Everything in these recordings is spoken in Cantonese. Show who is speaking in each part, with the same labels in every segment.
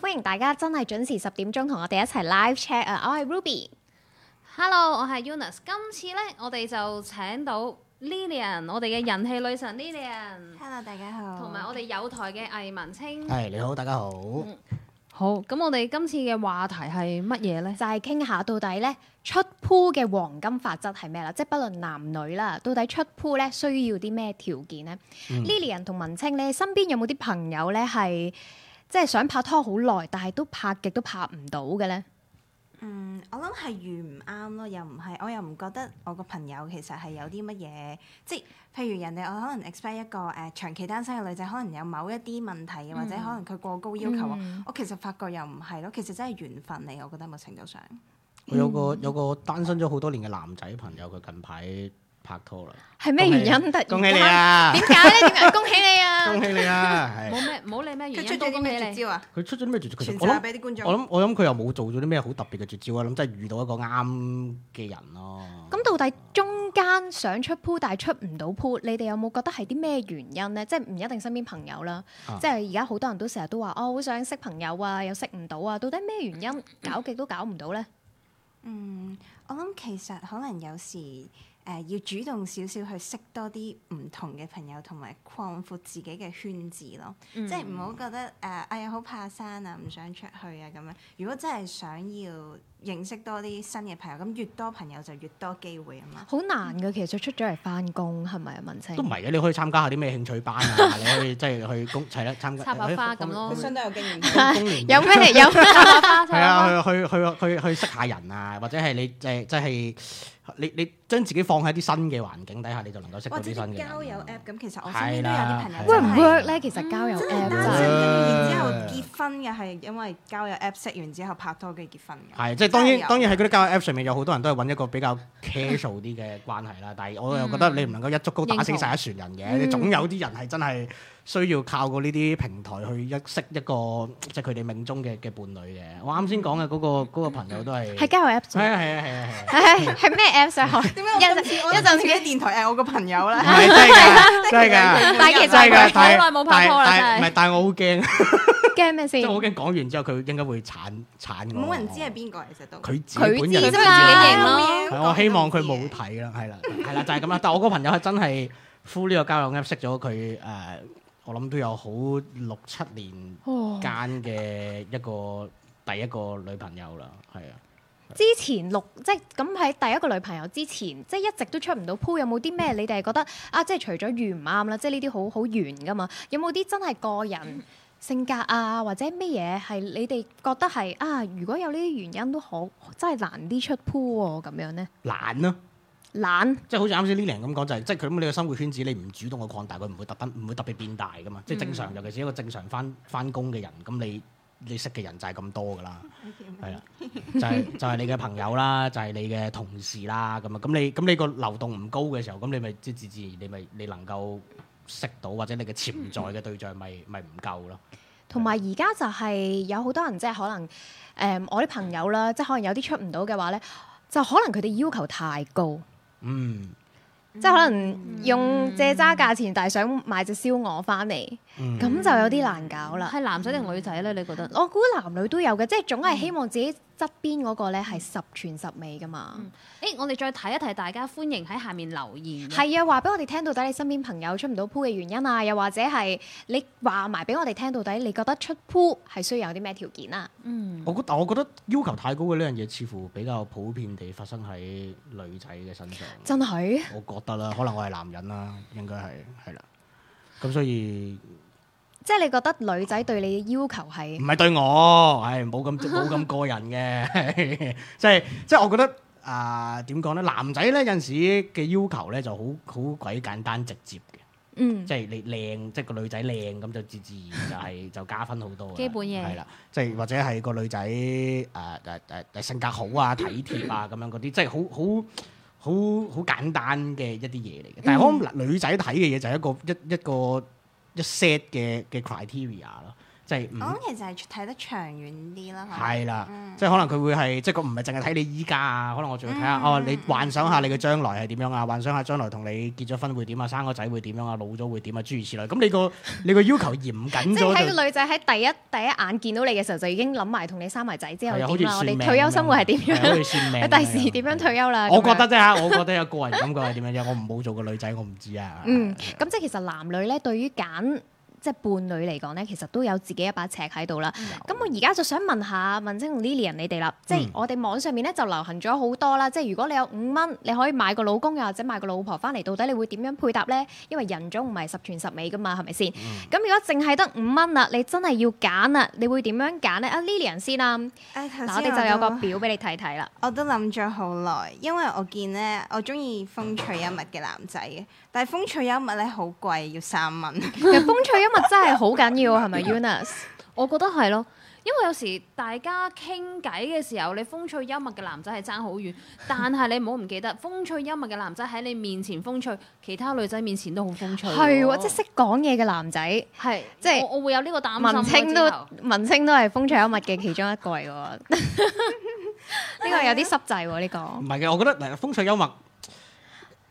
Speaker 1: 歡迎大家真係準時十點鐘同我哋一齊 live chat 啊！我係 Ruby，
Speaker 2: Hello，我係 Eunice。今次咧，我哋就請到 Lilian，我哋嘅人氣女神 Lilian，
Speaker 3: Hello，大家好。
Speaker 2: 同埋我哋有台嘅藝文青。
Speaker 4: 係你好，大家好。
Speaker 2: 好，咁我哋今次嘅話題係乜嘢咧？
Speaker 1: 就係傾下到底咧出 pool 嘅黃金法則係咩啦？即係不論男女啦，到底出 pool 咧需要啲咩條件咧、
Speaker 4: 嗯
Speaker 1: l i l i a n 同文青，你身邊有冇啲朋友咧係即係想拍拖好耐，但係都拍極都拍唔到嘅咧？
Speaker 3: 嗯，我諗係遇唔啱咯，又唔係，我又唔覺得我個朋友其實係有啲乜嘢，即係譬如人哋我可能 expect 一個誒、呃、長期單身嘅女仔，可能有某一啲問題，或者可能佢過高要求我，啊
Speaker 1: 嗯
Speaker 3: 我其實發覺又唔係咯，其實真係緣分嚟，我覺得某程度上。
Speaker 4: 我有個有個單身咗好多年嘅男仔朋友，佢近排拍拖啦。
Speaker 1: 係咩原因
Speaker 4: 恭喜
Speaker 1: 突
Speaker 4: 啊
Speaker 1: 然
Speaker 4: 恭喜你
Speaker 1: 間？
Speaker 4: 啊！
Speaker 1: 點解 咧？點解？恭喜你啊！
Speaker 4: 恭喜你啊！係
Speaker 2: 冇咩，冇理咩原
Speaker 3: 佢出
Speaker 2: 因，
Speaker 3: 咗
Speaker 2: 都
Speaker 3: 啲
Speaker 2: 恭喜
Speaker 3: 咩 絕
Speaker 2: 你。
Speaker 3: 招啊？
Speaker 4: 佢出咗啲咩絕招？其
Speaker 3: 傳
Speaker 4: 實我
Speaker 3: 授
Speaker 4: 諗
Speaker 3: 俾啲觀眾。
Speaker 4: 我諗我諗佢又冇做咗啲咩好特別嘅絕招啊！諗真係遇到一個啱嘅人咯。
Speaker 1: 咁到底中間想出 pool 但係出唔到 pool，你哋有冇覺得係啲咩原因咧？即係唔一定身邊朋友啦，
Speaker 4: 啊
Speaker 1: 即係而家好多人都成日都話哦，好想識朋友啊，又識唔到啊，到底咩原因搞極都搞唔到咧？
Speaker 3: 嗯，我諗其實可能有時誒、呃要主動少少去識多啲唔同嘅朋友，同埋擴闊自己嘅圈子咯。
Speaker 4: 嗯
Speaker 3: 即係唔好覺得誒、呃哎呀好怕生啊，唔想出去啊咁樣。如果真係想要認識多啲新嘅朋友，咁越多朋友就越多機會啊嘛。
Speaker 1: 好難嘅，其實出咗嚟翻工係咪啊？文青
Speaker 4: 都唔係嘅，你可以參加下啲咩興趣班啊！你可以即係去公係啦，參加
Speaker 2: 插下花咁咯
Speaker 4: 去
Speaker 3: 對有經驗。
Speaker 4: 公公聯
Speaker 1: 有咩有咩？
Speaker 4: 係啊，去去去去去識下人啊，或者係你即係即係你你將自己放喺啲新嘅環境底下，你就能夠識到
Speaker 3: 或
Speaker 4: 啲
Speaker 3: 者
Speaker 4: 新嘅
Speaker 3: 啲
Speaker 4: 人啊
Speaker 3: 交
Speaker 4: 咯
Speaker 3: 友 app 咁，其實我身邊都有
Speaker 4: 係
Speaker 3: 啲
Speaker 4: 啦
Speaker 3: 朋友
Speaker 1: ，work 唔
Speaker 4: 係
Speaker 1: work 咧？其實交友
Speaker 3: 真係
Speaker 1: app
Speaker 3: 單
Speaker 1: 就
Speaker 3: 身，
Speaker 1: 係
Speaker 3: 跟住然之後
Speaker 4: 嗯
Speaker 3: 結婚嘅係因為交友 app 識完之後拍拖嘅結婚嘅。
Speaker 4: 係，即係當
Speaker 3: 真係
Speaker 4: 然
Speaker 3: 有
Speaker 4: 當然喺嗰啲交友 App 上面有好多人都係揾一個比較 casual 啲嘅關係啦，但係我又覺得你唔能夠一竹篙打死晒一船人嘅，你總有啲人係真係需要靠過呢啲平台去一識一個即係佢哋命中嘅嘅伴侶嘅。我啱先講嘅嗰個嗰個朋友都係
Speaker 1: 係交友 app
Speaker 4: 係
Speaker 1: 啫
Speaker 4: 啊係啊係啊係啊，
Speaker 1: 係係咩 app 上學？
Speaker 3: 點解我今次我
Speaker 1: 一陣
Speaker 3: 今次喺電台誒我個朋友咧
Speaker 4: 唔？係真係㗎真係㗎。
Speaker 1: 但係其
Speaker 4: 真係
Speaker 1: 實
Speaker 4: 㗎，但係
Speaker 2: 好耐冇拍拖啦
Speaker 4: 但係
Speaker 2: 真係
Speaker 4: 唔係，但係我好驚，
Speaker 1: 驚咩先
Speaker 4: 即係？我好驚講完之後佢應該會鏟鏟我。
Speaker 3: 冇人知係邊個其實都。
Speaker 4: 佢自己
Speaker 1: 佢
Speaker 4: 本人
Speaker 1: 知
Speaker 4: 知啊
Speaker 1: 啫嘛
Speaker 2: 認咯
Speaker 3: 冇嘢
Speaker 4: 係
Speaker 3: 咁
Speaker 4: 我
Speaker 3: 講
Speaker 4: 希望
Speaker 3: 都
Speaker 4: 佢
Speaker 3: 唔知
Speaker 4: 冇
Speaker 3: 嘅
Speaker 4: 睇啦，係啦，係啦，就係咁啦。但係我嗰個朋友係真係 full 呢個交友 app 識咗佢誒，我諗都有好六七年
Speaker 1: 哦
Speaker 4: 間嘅一個第一個女朋友啦，係啊。
Speaker 1: 之前六即係咁喺第一個女朋友之前，即係一直都出唔到 pool，有冇啲咩你哋係覺得啊？即係除咗遇唔啱啦，即係呢啲好好緣噶嘛。有冇啲真係個人性格啊，或者咩嘢係你哋覺得係啊？如果有呢啲原因都好，真係難啲出 pool 喎、咁樣呢？
Speaker 4: 懶咯、
Speaker 1: 懶
Speaker 4: 即係好似啱先 Lilian 咁講，就係即係佢咁你個生活圈子，你唔主動去擴大，佢唔會特登唔會特別變大噶嘛。即係正常，尤其是一個正常翻翻工嘅人，咁你你識嘅人就係咁多噶啦。係啦，啊就係、就係、你嘅朋友啦，就係、你嘅同事啦，咁啊，咁你咁你個流動唔高嘅時候，咁你咪即係自自然你咪你能夠識到或者你嘅潛在嘅對象咪咪唔夠咯。
Speaker 1: 同埋而家就係有好多人即係可能誒、我啲朋友啦，即係可能有啲出唔到嘅話呢，就可能佢哋要求太高。
Speaker 4: 嗯，
Speaker 1: 即係可能用借渣價錢，但係想買隻燒鵝翻嚟，咁、
Speaker 4: 嗯
Speaker 1: 就有啲難搞啦。
Speaker 2: 係男仔定女仔咧？你覺得？
Speaker 1: 我估男女都有嘅，即係總係希望自己側邊嗰個咧係十全十美噶嘛。
Speaker 2: 誒，我哋再睇一睇大家，歡迎喺下面留言。
Speaker 1: 係啊，話俾我哋聽到底你身邊朋友出唔到 pool 嘅原因啊，又或者係你話埋俾我哋聽到底你覺得出 pool 係需要有啲咩條件啊？
Speaker 2: 嗯，
Speaker 4: 我覺但我覺得要求太高嘅呢樣嘢，似乎比較普遍地發生喺女仔嘅身上。
Speaker 1: 真係
Speaker 4: 我覺得啦，可能我係男人啦，應該係係啦。咁所以
Speaker 1: 即係你覺得女仔對你嘅要求係
Speaker 4: 唔係對我，係冇 咁冇咁過人嘅， 即係即係我覺得啊點講咧，男仔咧有陣時嘅要求咧就好好鬼簡單直接嘅，
Speaker 1: 嗯
Speaker 4: 即係你靚，即係個女仔靚咁就自自然就係 就加分好多㗎啦
Speaker 2: 基本嘢
Speaker 4: 係啦，即係或者係個女仔誒誒誒性格好啊、體貼啊咁樣嗰啲，即係好好。好好簡單嘅一啲嘢嚟
Speaker 2: 嗯
Speaker 4: 嘅，但係可能女仔睇嘅嘢就係一個一一個一 set 嘅嘅 criteria 咯，即即係唔
Speaker 3: 我諗其實係睇得長遠
Speaker 1: 啊
Speaker 3: 啲啦，可能
Speaker 4: 係啦，
Speaker 3: 嗯
Speaker 4: 即係可能佢會係即係佢唔係淨係睇你依家啊，可能我仲要睇下
Speaker 3: 嗯
Speaker 4: 哦，你幻想下你嘅將來係點樣啊，幻想下將來同你結咗婚會點啊，生個仔會點樣啊，老咗會點啊，諸如此類。咁你個 你個要求嚴謹
Speaker 1: 即係
Speaker 4: 咗
Speaker 1: 喺
Speaker 4: 嗯就。
Speaker 1: 個女仔喺第一第一眼見到你嘅時候，就已經諗埋同你生埋仔之後
Speaker 4: 係啊好似
Speaker 1: 點啦，我
Speaker 4: 算命
Speaker 1: 哋退休生活係點
Speaker 4: 咁樣係好
Speaker 1: 樣，
Speaker 4: 似算命
Speaker 1: 你
Speaker 4: 咁樣。
Speaker 1: 第時點樣退休啦？
Speaker 4: 我
Speaker 1: 咁樣
Speaker 4: 覺得啫嚇，我覺得有個人感覺係點樣啫，我唔好做個女仔，我唔知啊。
Speaker 1: 嗯，咁即係其實男女咧對於揀即係伴侶嚟講咧，其實都有自己一把尺喺度啦。咁我而家就想問下文晶同 Lilian 你哋啦，即係
Speaker 4: 嗯
Speaker 1: 我哋網上面咧就流行咗好多啦，即係如果你有五蚊，你可以買個老公啊又或者買個老婆翻嚟，到底你會點樣配搭咧？因為人種唔係十全十美噶嘛，係咪
Speaker 4: 嗯
Speaker 1: 先？咁、如果淨係得五蚊啦，你真係要揀啦，你會點樣揀咧？啊 Lilian 先啦，嗱
Speaker 3: 誒頭
Speaker 1: 我
Speaker 3: 先
Speaker 1: 哋就 有個
Speaker 3: 都
Speaker 1: 表俾你睇睇啦。
Speaker 3: 我都諗咗好耐，因為我見咧，我中意風趣幽默嘅男仔嘅，但係風趣幽默咧好貴，要三蚊。
Speaker 1: 其實風趣幽默真係好緊要，係咪 Eunice？
Speaker 2: 我覺得係咯，因為有時大家傾偈嘅時候，你風趣幽默嘅男仔係爭好 遠，但係你唔好唔記得，風趣幽默嘅男仔喺你面前風趣，其他女仔面前都好風趣。
Speaker 1: 係喎，即係識講嘢嘅男仔。
Speaker 2: 係
Speaker 1: 即係
Speaker 2: 我我會有呢個擔心咯。
Speaker 1: 文青都
Speaker 2: 之後
Speaker 1: 文青都係風趣幽默嘅其中一個嚟嘅喎，呢個有啲濕滯喎，呢個
Speaker 4: 唔係嘅，我覺得嗱，風趣幽默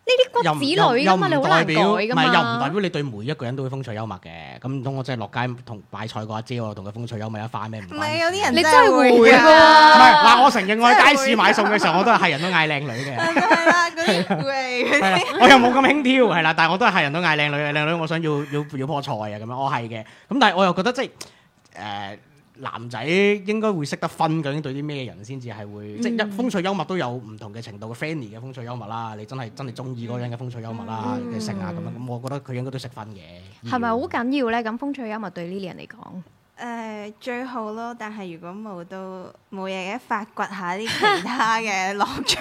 Speaker 1: 呢啲
Speaker 4: 又
Speaker 1: 骨
Speaker 4: 唔
Speaker 1: 子
Speaker 4: 又
Speaker 1: 女
Speaker 4: 又
Speaker 1: 噶
Speaker 4: 唔
Speaker 1: 嘛，你好
Speaker 4: 代
Speaker 1: 難改
Speaker 4: 表，唔
Speaker 1: 噶嘛。
Speaker 4: 係又唔代表你對每一個人都會風趣幽默嘅。咁唔通我真係落街同買菜嗰阿姐，我同佢風趣幽默一番咩？唔
Speaker 3: 唔
Speaker 4: 關
Speaker 3: 係有啲人
Speaker 1: 你真
Speaker 3: 係
Speaker 1: 係會啊
Speaker 3: 㗎
Speaker 1: 㗎
Speaker 4: 唔
Speaker 1: 喎，
Speaker 4: 係嗱，我承認我
Speaker 3: 真係
Speaker 4: 喺
Speaker 3: 會
Speaker 4: 街市買餸嘅時候，我都係係人都嗌靚女嘅。
Speaker 3: 係啦， 嗰啲會
Speaker 4: 係啦，我又冇咁輕佻，係啦，但係我都係人都嗌靚女嘅，靚女我想要要要棵菜啊咁樣，我係嘅。咁但係我又覺得即係誒、呃男仔應該會識得分究竟對啲咩人先至係會，即係一風趣幽默都有唔同嘅程度嘅 friendly 嘅風趣幽默啦，你真係真係中意嗰個人嘅風趣幽默啦
Speaker 1: 嗯
Speaker 4: 嘅性啊咁樣，咁我覺得佢應該都識分嘅。
Speaker 1: 係咪好緊要咧？咁風趣幽默對 Lilian 嚟講，
Speaker 3: 誒最好咯，但係如果冇都冇嘢嘅，發掘下啲其他嘅樂趣，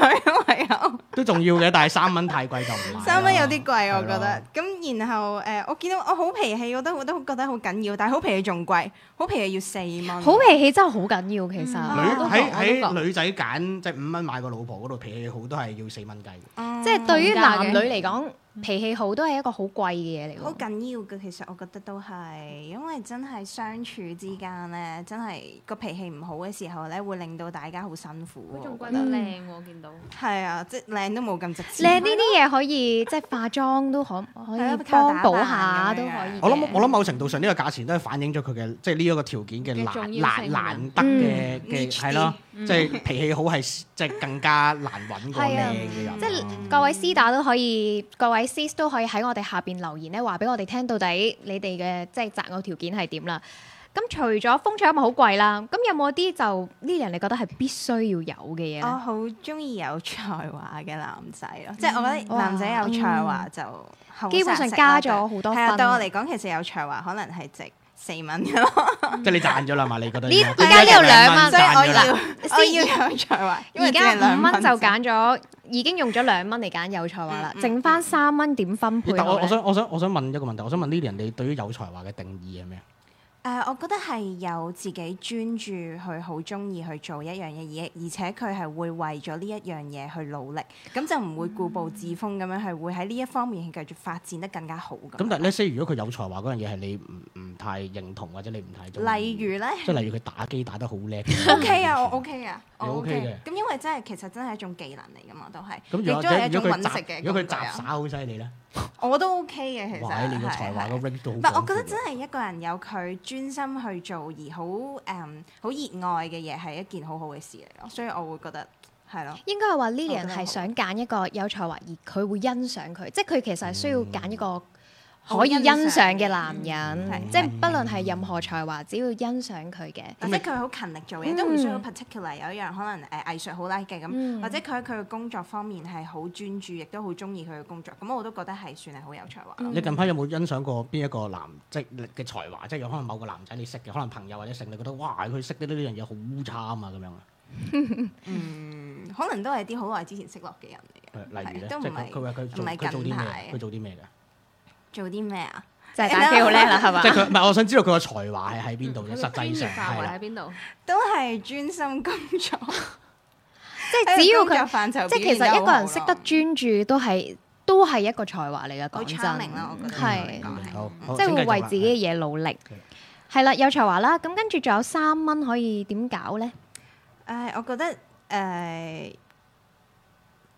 Speaker 3: 唯有。
Speaker 4: 都重要嘅，但係三蚊太貴就唔買啦
Speaker 3: 三蚊有啲貴，我
Speaker 4: 係
Speaker 3: 覺得
Speaker 4: 咯。
Speaker 3: 咁然後誒、呃我見到我好脾氣，我都我都覺得好緊要，但係好脾氣仲貴，好脾氣要四蚊。
Speaker 1: 好脾氣真係好緊要，其
Speaker 3: 嗯
Speaker 4: 女
Speaker 1: 實。
Speaker 3: 我都覺
Speaker 4: 喺
Speaker 2: 我都
Speaker 4: 喺
Speaker 2: 覺
Speaker 4: 女仔揀即係五蚊買個老婆嗰度脾氣好都係要四蚊計。
Speaker 3: 嗯，
Speaker 1: 即係對於男女嚟講，脾氣好都係一個好貴嘅嘢嚟
Speaker 3: 好
Speaker 1: 喎。
Speaker 3: 緊要嘅，其實我覺得都係，因為真係相處之間咧，真係個脾氣唔好嘅時候咧，會令到大家好辛苦
Speaker 2: 佢
Speaker 3: 喎。
Speaker 2: 仲
Speaker 3: 我
Speaker 2: 貴
Speaker 3: 覺
Speaker 2: 得
Speaker 1: 嗯
Speaker 3: 得
Speaker 2: 靚喎，見到。
Speaker 3: 係啊，即係靚都冇咁值
Speaker 1: 靚
Speaker 3: 錢。
Speaker 1: 呢啲嘢可以即係化妝都可可
Speaker 3: 係啊
Speaker 1: 以
Speaker 3: 靠
Speaker 1: 幫
Speaker 3: 打扮
Speaker 1: 補下
Speaker 3: 咁樣
Speaker 1: 都可以嘅。
Speaker 4: 我諗我諗某程度上呢個價錢都係反映咗佢嘅即係呢一個條件嘅
Speaker 2: 嘅
Speaker 4: 難
Speaker 2: 重要
Speaker 4: 難
Speaker 2: 性
Speaker 4: 難得嘅
Speaker 3: 嗯
Speaker 4: 嘅係咯，即係脾氣好係即係更加難揾過靚
Speaker 1: 係啊
Speaker 4: 嘅人咯。
Speaker 1: 即係各位師打都可以，各位 sis 都可以喺我哋下邊留言咧，話俾我哋聽到底你哋嘅即係擇偶條件係點啦。咁除咗風趣幽默好貴啦，咁有冇啲就呢人你覺得係必須要有嘅嘢咧？
Speaker 3: 我哦好中意有才華嘅男仔咯，即係我覺得
Speaker 1: 哇
Speaker 3: 男仔有才華就後生
Speaker 1: 基本上
Speaker 3: 食
Speaker 1: 加
Speaker 3: 啦
Speaker 1: 咗好多
Speaker 3: 係啊，
Speaker 1: 分
Speaker 3: 對我嚟講，其實有才華可能係值四蚊嘅咯，
Speaker 4: 即係你賺咗啦嘛？你覺得
Speaker 1: 呢而家呢度兩蚊
Speaker 3: 所以我
Speaker 1: 先
Speaker 3: 要我要
Speaker 4: 賺咗啦
Speaker 3: 有才華。 因為
Speaker 1: 而
Speaker 3: 只
Speaker 1: 家
Speaker 3: 係兩
Speaker 1: 五蚊就
Speaker 3: 啫
Speaker 1: 揀咗，已經用咗兩蚊嚟揀有才華啦
Speaker 3: 嗯，嗯
Speaker 1: 剩翻三蚊點分配
Speaker 4: 但
Speaker 1: 好
Speaker 4: 我
Speaker 1: 呢
Speaker 4: 我想我想我想問一個問題，我想問呢啲人你對於有才華嘅定義係咩？
Speaker 3: 誒、我覺得係有自己專注去好中意去做一樣嘢，而而且佢係會為咗呢一樣嘢去努力，咁就唔會固步自封咁樣，係會喺呢一方面繼續發展得更加好咁
Speaker 4: 咁。但係咧，如果佢有才華嗰樣嘢係你唔唔太認同或者你唔太中意
Speaker 3: 例如咧
Speaker 4: 即係例如佢打機打得好叻
Speaker 3: ，OK 啊，我 OK 啊，我
Speaker 4: 你 OK
Speaker 3: OK 嘅。咁因為真係其實真係一種技能嚟㗎嘛，都係，
Speaker 4: 咁
Speaker 3: 亦
Speaker 4: 如
Speaker 3: 都
Speaker 4: 果
Speaker 3: 係一
Speaker 4: 如
Speaker 3: 種
Speaker 4: 果
Speaker 3: 揾
Speaker 4: 佢
Speaker 3: 食
Speaker 4: 雜
Speaker 3: 嘅
Speaker 4: 如果佢
Speaker 3: 工具
Speaker 4: 雜耍
Speaker 3: 啊。
Speaker 4: 好犀利咧，
Speaker 3: 我都 OK 嘅，其實
Speaker 4: 哇！你個
Speaker 3: 係
Speaker 4: 才華
Speaker 3: 係
Speaker 4: 個 range 都好
Speaker 3: 唔
Speaker 4: 廣
Speaker 3: 係，
Speaker 4: 闊
Speaker 3: 我覺得真
Speaker 4: 喎
Speaker 3: 係一個人有佢專心去做而好誒好熱愛嘅嘢係一件好好嘅事嚟咯，所以我會覺得係咯。
Speaker 1: 應該係話 Lilian
Speaker 3: 我覺得
Speaker 1: 係
Speaker 3: 好
Speaker 1: 想揀一個有才華而佢會欣賞佢，即係佢其實係需要揀一個
Speaker 3: 嗯
Speaker 1: 可以欣賞嘅男人，
Speaker 3: 嗯係
Speaker 1: 即係不論係任何才華，只要欣賞佢嘅。
Speaker 3: 或者佢好勤力做嘢，
Speaker 1: 嗯
Speaker 3: 都唔需要 particular 有一樣可能誒、呃、藝術好叻嘅咁，
Speaker 1: 嗯
Speaker 3: 或者佢喺佢嘅工作方面係好專注，亦都好中意佢嘅工作，咁我都覺得係算係好有才華咯。
Speaker 4: 你近排有冇欣賞過邊一個男即係你嘅才華？即係有可能某個男仔你識嘅，可能朋友或者性，你覺得哇佢識得呢樣嘢好烏差啊咁樣啊？
Speaker 3: 嗯可能都係啲好耐之前識落嘅人嚟嘅，
Speaker 4: 例如咧，
Speaker 3: 都唔
Speaker 4: 即係佢
Speaker 3: 係
Speaker 4: 佢話佢做
Speaker 3: 唔係
Speaker 4: 佢做啲
Speaker 3: 近
Speaker 4: 咩
Speaker 3: 排？
Speaker 4: 佢做啲咩嘅？
Speaker 3: 做啲咩啊？
Speaker 1: 就係打機好叻啦，係嘛
Speaker 4: 即？係佢唔係我想知道佢個才華係喺邊度
Speaker 2: 佢
Speaker 4: 嘅？
Speaker 2: 嘅
Speaker 4: 實際
Speaker 2: 專
Speaker 4: 上
Speaker 2: 業範
Speaker 4: 係
Speaker 2: 圍
Speaker 4: 啦
Speaker 2: 喺。邊度？
Speaker 3: 都係專心工作，
Speaker 1: 即係
Speaker 3: 哎
Speaker 1: 只要佢，
Speaker 3: 佢
Speaker 1: 即係其實一個人識得專注都係都係一個才華嚟嘅。
Speaker 3: 好
Speaker 1: 講
Speaker 3: charming
Speaker 1: 真，
Speaker 3: 啦我覺得
Speaker 1: 係
Speaker 4: 嗯好
Speaker 1: 即係
Speaker 4: 請繼
Speaker 1: 會
Speaker 4: 續
Speaker 1: 為
Speaker 4: 啦
Speaker 1: 自己嘅嘢努力。係啦，有才華啦，咁跟住仲有三蚊可以點搞咧？
Speaker 3: 唉，我覺得誒、呃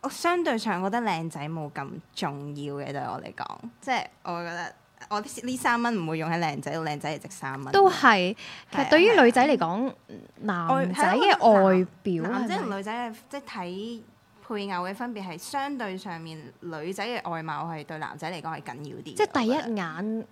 Speaker 3: 我相對上覺得靚仔冇咁重要嘅對我嚟講，即係我覺得我呢呢三蚊唔會用喺靚仔度，靚仔係值三蚊。
Speaker 1: 都係，其
Speaker 3: 係啊
Speaker 1: 實對於
Speaker 3: 係啊
Speaker 1: 女仔嚟講，男仔嘅
Speaker 3: 外
Speaker 1: 外表
Speaker 3: 男仔
Speaker 1: 係
Speaker 3: 同
Speaker 1: 咪
Speaker 3: 女仔嘅即係睇配偶嘅分別係相對上面，女仔嘅外貌係對男仔嚟講係緊要啲嘅。
Speaker 1: 即係第一
Speaker 3: 我覺得
Speaker 1: 眼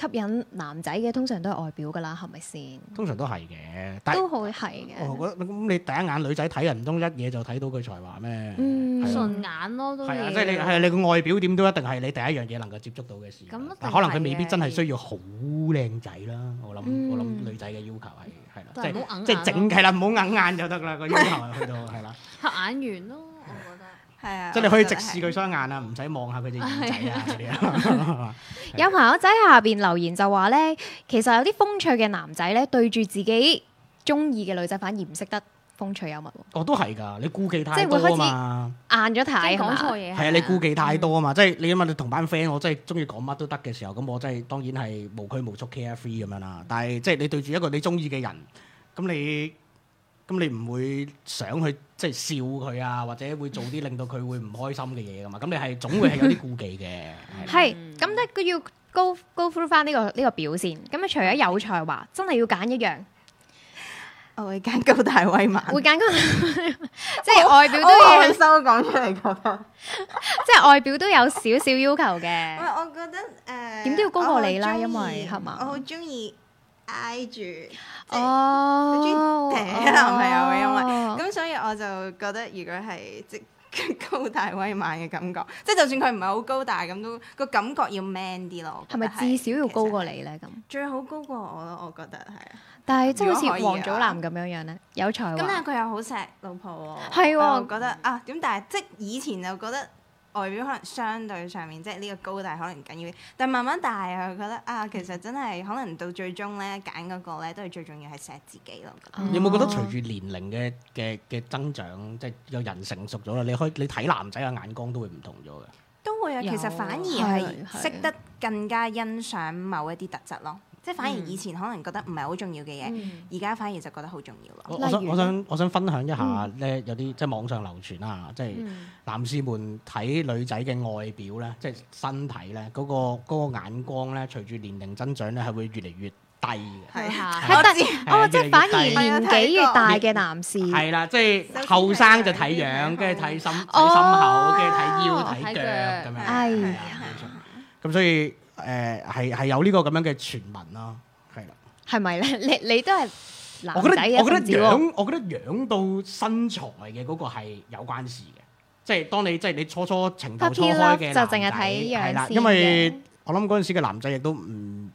Speaker 1: 吸引男仔嘅，通常都係外表噶啦，係咪先？
Speaker 4: 通常都係嘅，但係哦
Speaker 1: 都會係
Speaker 3: 哦
Speaker 1: 嘅。
Speaker 4: 我覺得咁你第一眼女仔睇人，唔通一嘢就睇到佢才華咩？
Speaker 1: 嗯
Speaker 4: 係啊
Speaker 2: 順眼咯，都
Speaker 4: 係啊，
Speaker 2: 要
Speaker 4: 即係你係你個外表點都一定係你第一樣嘢能夠接觸到嘅事。
Speaker 2: 咁一定
Speaker 4: 但可能佢未必
Speaker 2: 係嘅
Speaker 4: 真係需要好靚仔啦。我諗、
Speaker 1: 嗯
Speaker 4: 我諗女仔嘅要求係係啦，即
Speaker 2: 但係唔
Speaker 4: 係
Speaker 2: 好硬
Speaker 4: 即
Speaker 2: 眼
Speaker 4: 係整係啦，唔好硬眼就得啦。個要求係去到係啦，
Speaker 2: 黑眼緣咯，我覺得。
Speaker 3: 係啊，
Speaker 4: 即係你可以直
Speaker 3: 我
Speaker 4: 視
Speaker 3: 覺得
Speaker 4: 佢
Speaker 3: 係。
Speaker 4: 雙眼啊，唔使望下佢隻耳仔啊嗰啲啊。
Speaker 1: 有朋友仔下邊留言就話咧，其實有啲風趣嘅男仔咧，對住自己中意嘅女仔，反而唔識得風趣幽默喎，
Speaker 4: 哦我都係㗎，你顧忌太
Speaker 1: 即係會
Speaker 4: 多
Speaker 1: 開
Speaker 4: 啊
Speaker 1: 始
Speaker 4: 嘛。
Speaker 1: 硬咗太
Speaker 2: 驚講錯嘢
Speaker 4: 係啊，
Speaker 1: 嗯
Speaker 4: 你顧忌太多啊嘛，即係你諗下，你同班 friend，我真係中意講乜都得嘅時候，咁我真係當然係無拘無束 carefree 咁樣啦。但係即係你對住一個你中意嘅人，咁你咁你唔會想去即係笑佢啊，或者會做啲令到佢會唔開心嘅嘢噶嘛。咁你係總會係有啲 顧忌嘅。係啦
Speaker 1: 係，咁咧佢要 go go through 翻呢、個呢、個表先。咁啊，除咗有才華，真係要揀一樣，
Speaker 3: 我會揀高大威猛。
Speaker 1: 會揀嗰個即
Speaker 3: 哦
Speaker 1: 係外表都
Speaker 3: 我
Speaker 1: 要
Speaker 3: 好，羞講出嚟覺得。
Speaker 1: 即係外表都有少少要求
Speaker 3: 唔
Speaker 1: 嘅。
Speaker 3: 係，我覺得誒
Speaker 1: 點都要高過你啦
Speaker 3: 我好鍾意
Speaker 1: 因為係嘛
Speaker 3: 我好中意挨住， 即係
Speaker 1: 哦，
Speaker 3: 佢中意嗲男朋友嘅因為咁，所以我就覺得如果係 即高大威猛嘅感覺，即係就算佢唔係好高大咁，都個感覺要 man 啲咯。
Speaker 1: 係咪至少要高過
Speaker 3: 你？
Speaker 1: 你咧？咁，
Speaker 3: 最好高過我咯，我覺得係。
Speaker 1: 但係即係好
Speaker 3: 如果可以
Speaker 1: 似
Speaker 3: 嘅話
Speaker 1: 黃祖藍咁樣樣咧，有才
Speaker 3: 咁但
Speaker 1: 華，
Speaker 3: 係佢又好錫老婆喎。
Speaker 1: 啊係喎
Speaker 3: 我覺得啊，點但係即係以前就覺得。外表可能相對上面，即係呢個高大可能緊要啲，但慢慢大啊，覺得啊，其實真係可能到最終咧揀嗰個咧，都係最重要係錫自己咯。
Speaker 1: 哦
Speaker 4: 你有冇覺得隨住年齡嘅嘅嘅增長，即係有人成熟咗啦，你可以你睇男仔嘅眼光都會唔同咗嘅。
Speaker 3: 都會啊，
Speaker 1: 有
Speaker 3: 其實反而
Speaker 1: 係係
Speaker 3: 係識得更加欣賞某一啲特質咯，即係反而
Speaker 1: 嗯
Speaker 3: 以前可能覺得唔係好重要嘅嘢，
Speaker 1: 嗯
Speaker 3: 而家、反而就覺得好重要咯。
Speaker 4: 我我想
Speaker 1: 例如
Speaker 4: 我想我想分享一下
Speaker 1: 嗯
Speaker 4: 咧，有啲即係網上流傳啦，即係。
Speaker 2: 嗯
Speaker 4: 男士們睇女仔嘅外表咧，即係身體咧，嗰、個嗰個眼光咧，隨住年齡增長咧，係會越嚟越低嘅。
Speaker 3: 係
Speaker 2: 下
Speaker 1: 係但
Speaker 4: 係啊
Speaker 1: 哦，即係反而
Speaker 4: 越嚟
Speaker 3: 越
Speaker 1: 年
Speaker 3: 低
Speaker 1: 紀越大嘅男士，
Speaker 4: 係啦，即係
Speaker 3: 首先
Speaker 4: 後
Speaker 1: 啊
Speaker 4: 生就睇
Speaker 3: 睇
Speaker 4: 樣，
Speaker 3: 樣
Speaker 4: 跟住睇心睇心
Speaker 1: 哦
Speaker 4: 口，跟住睇腰睇
Speaker 2: 睇
Speaker 4: 腳
Speaker 2: 腳
Speaker 4: 咁樣。
Speaker 1: 哎呀
Speaker 4: 係啊冇錯咁所以誒係係有呢個咁樣嘅傳聞咯，係啦。
Speaker 1: 係咪咧？ 你你都係
Speaker 4: 我覺
Speaker 1: 男
Speaker 4: 得
Speaker 1: 仔嘅
Speaker 4: 我覺
Speaker 1: 分子
Speaker 4: 得
Speaker 1: 喎。
Speaker 4: 養我覺得養到身材嘅嗰個係有關事嘅，即係當你即係你初初情竇初
Speaker 1: Puppy
Speaker 4: 開
Speaker 1: love
Speaker 4: 嘅
Speaker 1: 就
Speaker 4: 男
Speaker 1: 淨係
Speaker 4: 仔
Speaker 1: 睇樣
Speaker 4: 係啦，
Speaker 1: 先
Speaker 4: 因
Speaker 1: 嘅
Speaker 4: 為我諗嗰陣時嘅男仔亦都唔，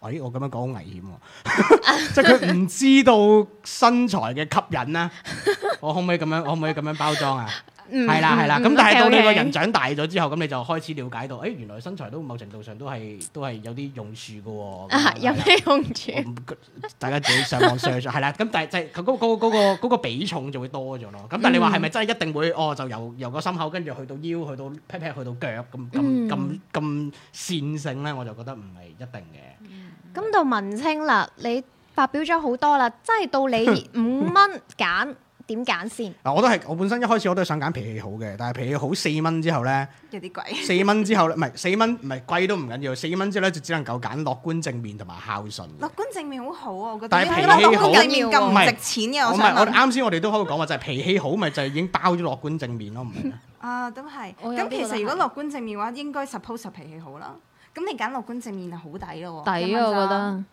Speaker 4: 哎我咁樣講好危險喎， 即係佢唔知道身材嘅吸引啦。 我可唔可以咁樣？可唔可以咁樣包裝啊？
Speaker 1: 嗯
Speaker 4: 係啦係啦，咁
Speaker 1: 嗯
Speaker 4: 但係當你個
Speaker 1: OK，OK
Speaker 4: 人長大咗之後，咁你就開始了解到，誒哎原來身材都某程度上都係都係有啲用處嘅喎。咁
Speaker 1: 啊
Speaker 4: 樣
Speaker 1: 有
Speaker 4: 係啦
Speaker 1: 咩用處？
Speaker 4: 我唔大家自己上網 search 係啦，咁但係就係佢嗰嗰個嗰個嗰個比重就會多咗咯。咁但係你話係咪真係一定會哦？就由由個心口跟住去到腰，去到 pat pat，去到腳咁咁咁咁線性咧，我就覺得唔係一定嘅。
Speaker 1: 咁到文青啦，你發表咗好多啦，真係到你 五蚊揀點揀先？
Speaker 4: 嗱，我都係我本身一開始我都係想揀脾氣好嘅，但係脾氣好四蚊之後咧，
Speaker 3: 有啲貴。
Speaker 4: 四蚊之後咧，唔係四蚊唔係貴都唔緊要，四蚊之後咧就只能夠揀樂觀正面同埋孝順嘅。
Speaker 3: 樂觀正面好好啊，我覺得。
Speaker 4: 但係
Speaker 3: 因為
Speaker 4: 脾氣
Speaker 3: 樂
Speaker 4: 好
Speaker 3: 觀正面咁
Speaker 4: 唔
Speaker 3: 唔
Speaker 4: 係
Speaker 3: 值錢嘅，
Speaker 4: 我
Speaker 3: 我
Speaker 4: 唔
Speaker 3: 想
Speaker 4: 係我哋
Speaker 3: 問。
Speaker 4: 啱先我哋都喺度講話就係脾氣好，咪就係已經包咗樂觀正面咯，唔係咩？
Speaker 3: 啊，都係。
Speaker 2: 我有啲
Speaker 3: 咁其
Speaker 2: 覺得
Speaker 3: 實如果
Speaker 2: 係
Speaker 3: 樂觀正面嘅話，應該 suppose 係脾氣好啦。咁你揀樂觀正面就好抵咯喎。
Speaker 2: 抵
Speaker 3: 一蚊
Speaker 2: 啊，
Speaker 3: 咋
Speaker 2: 我覺。得。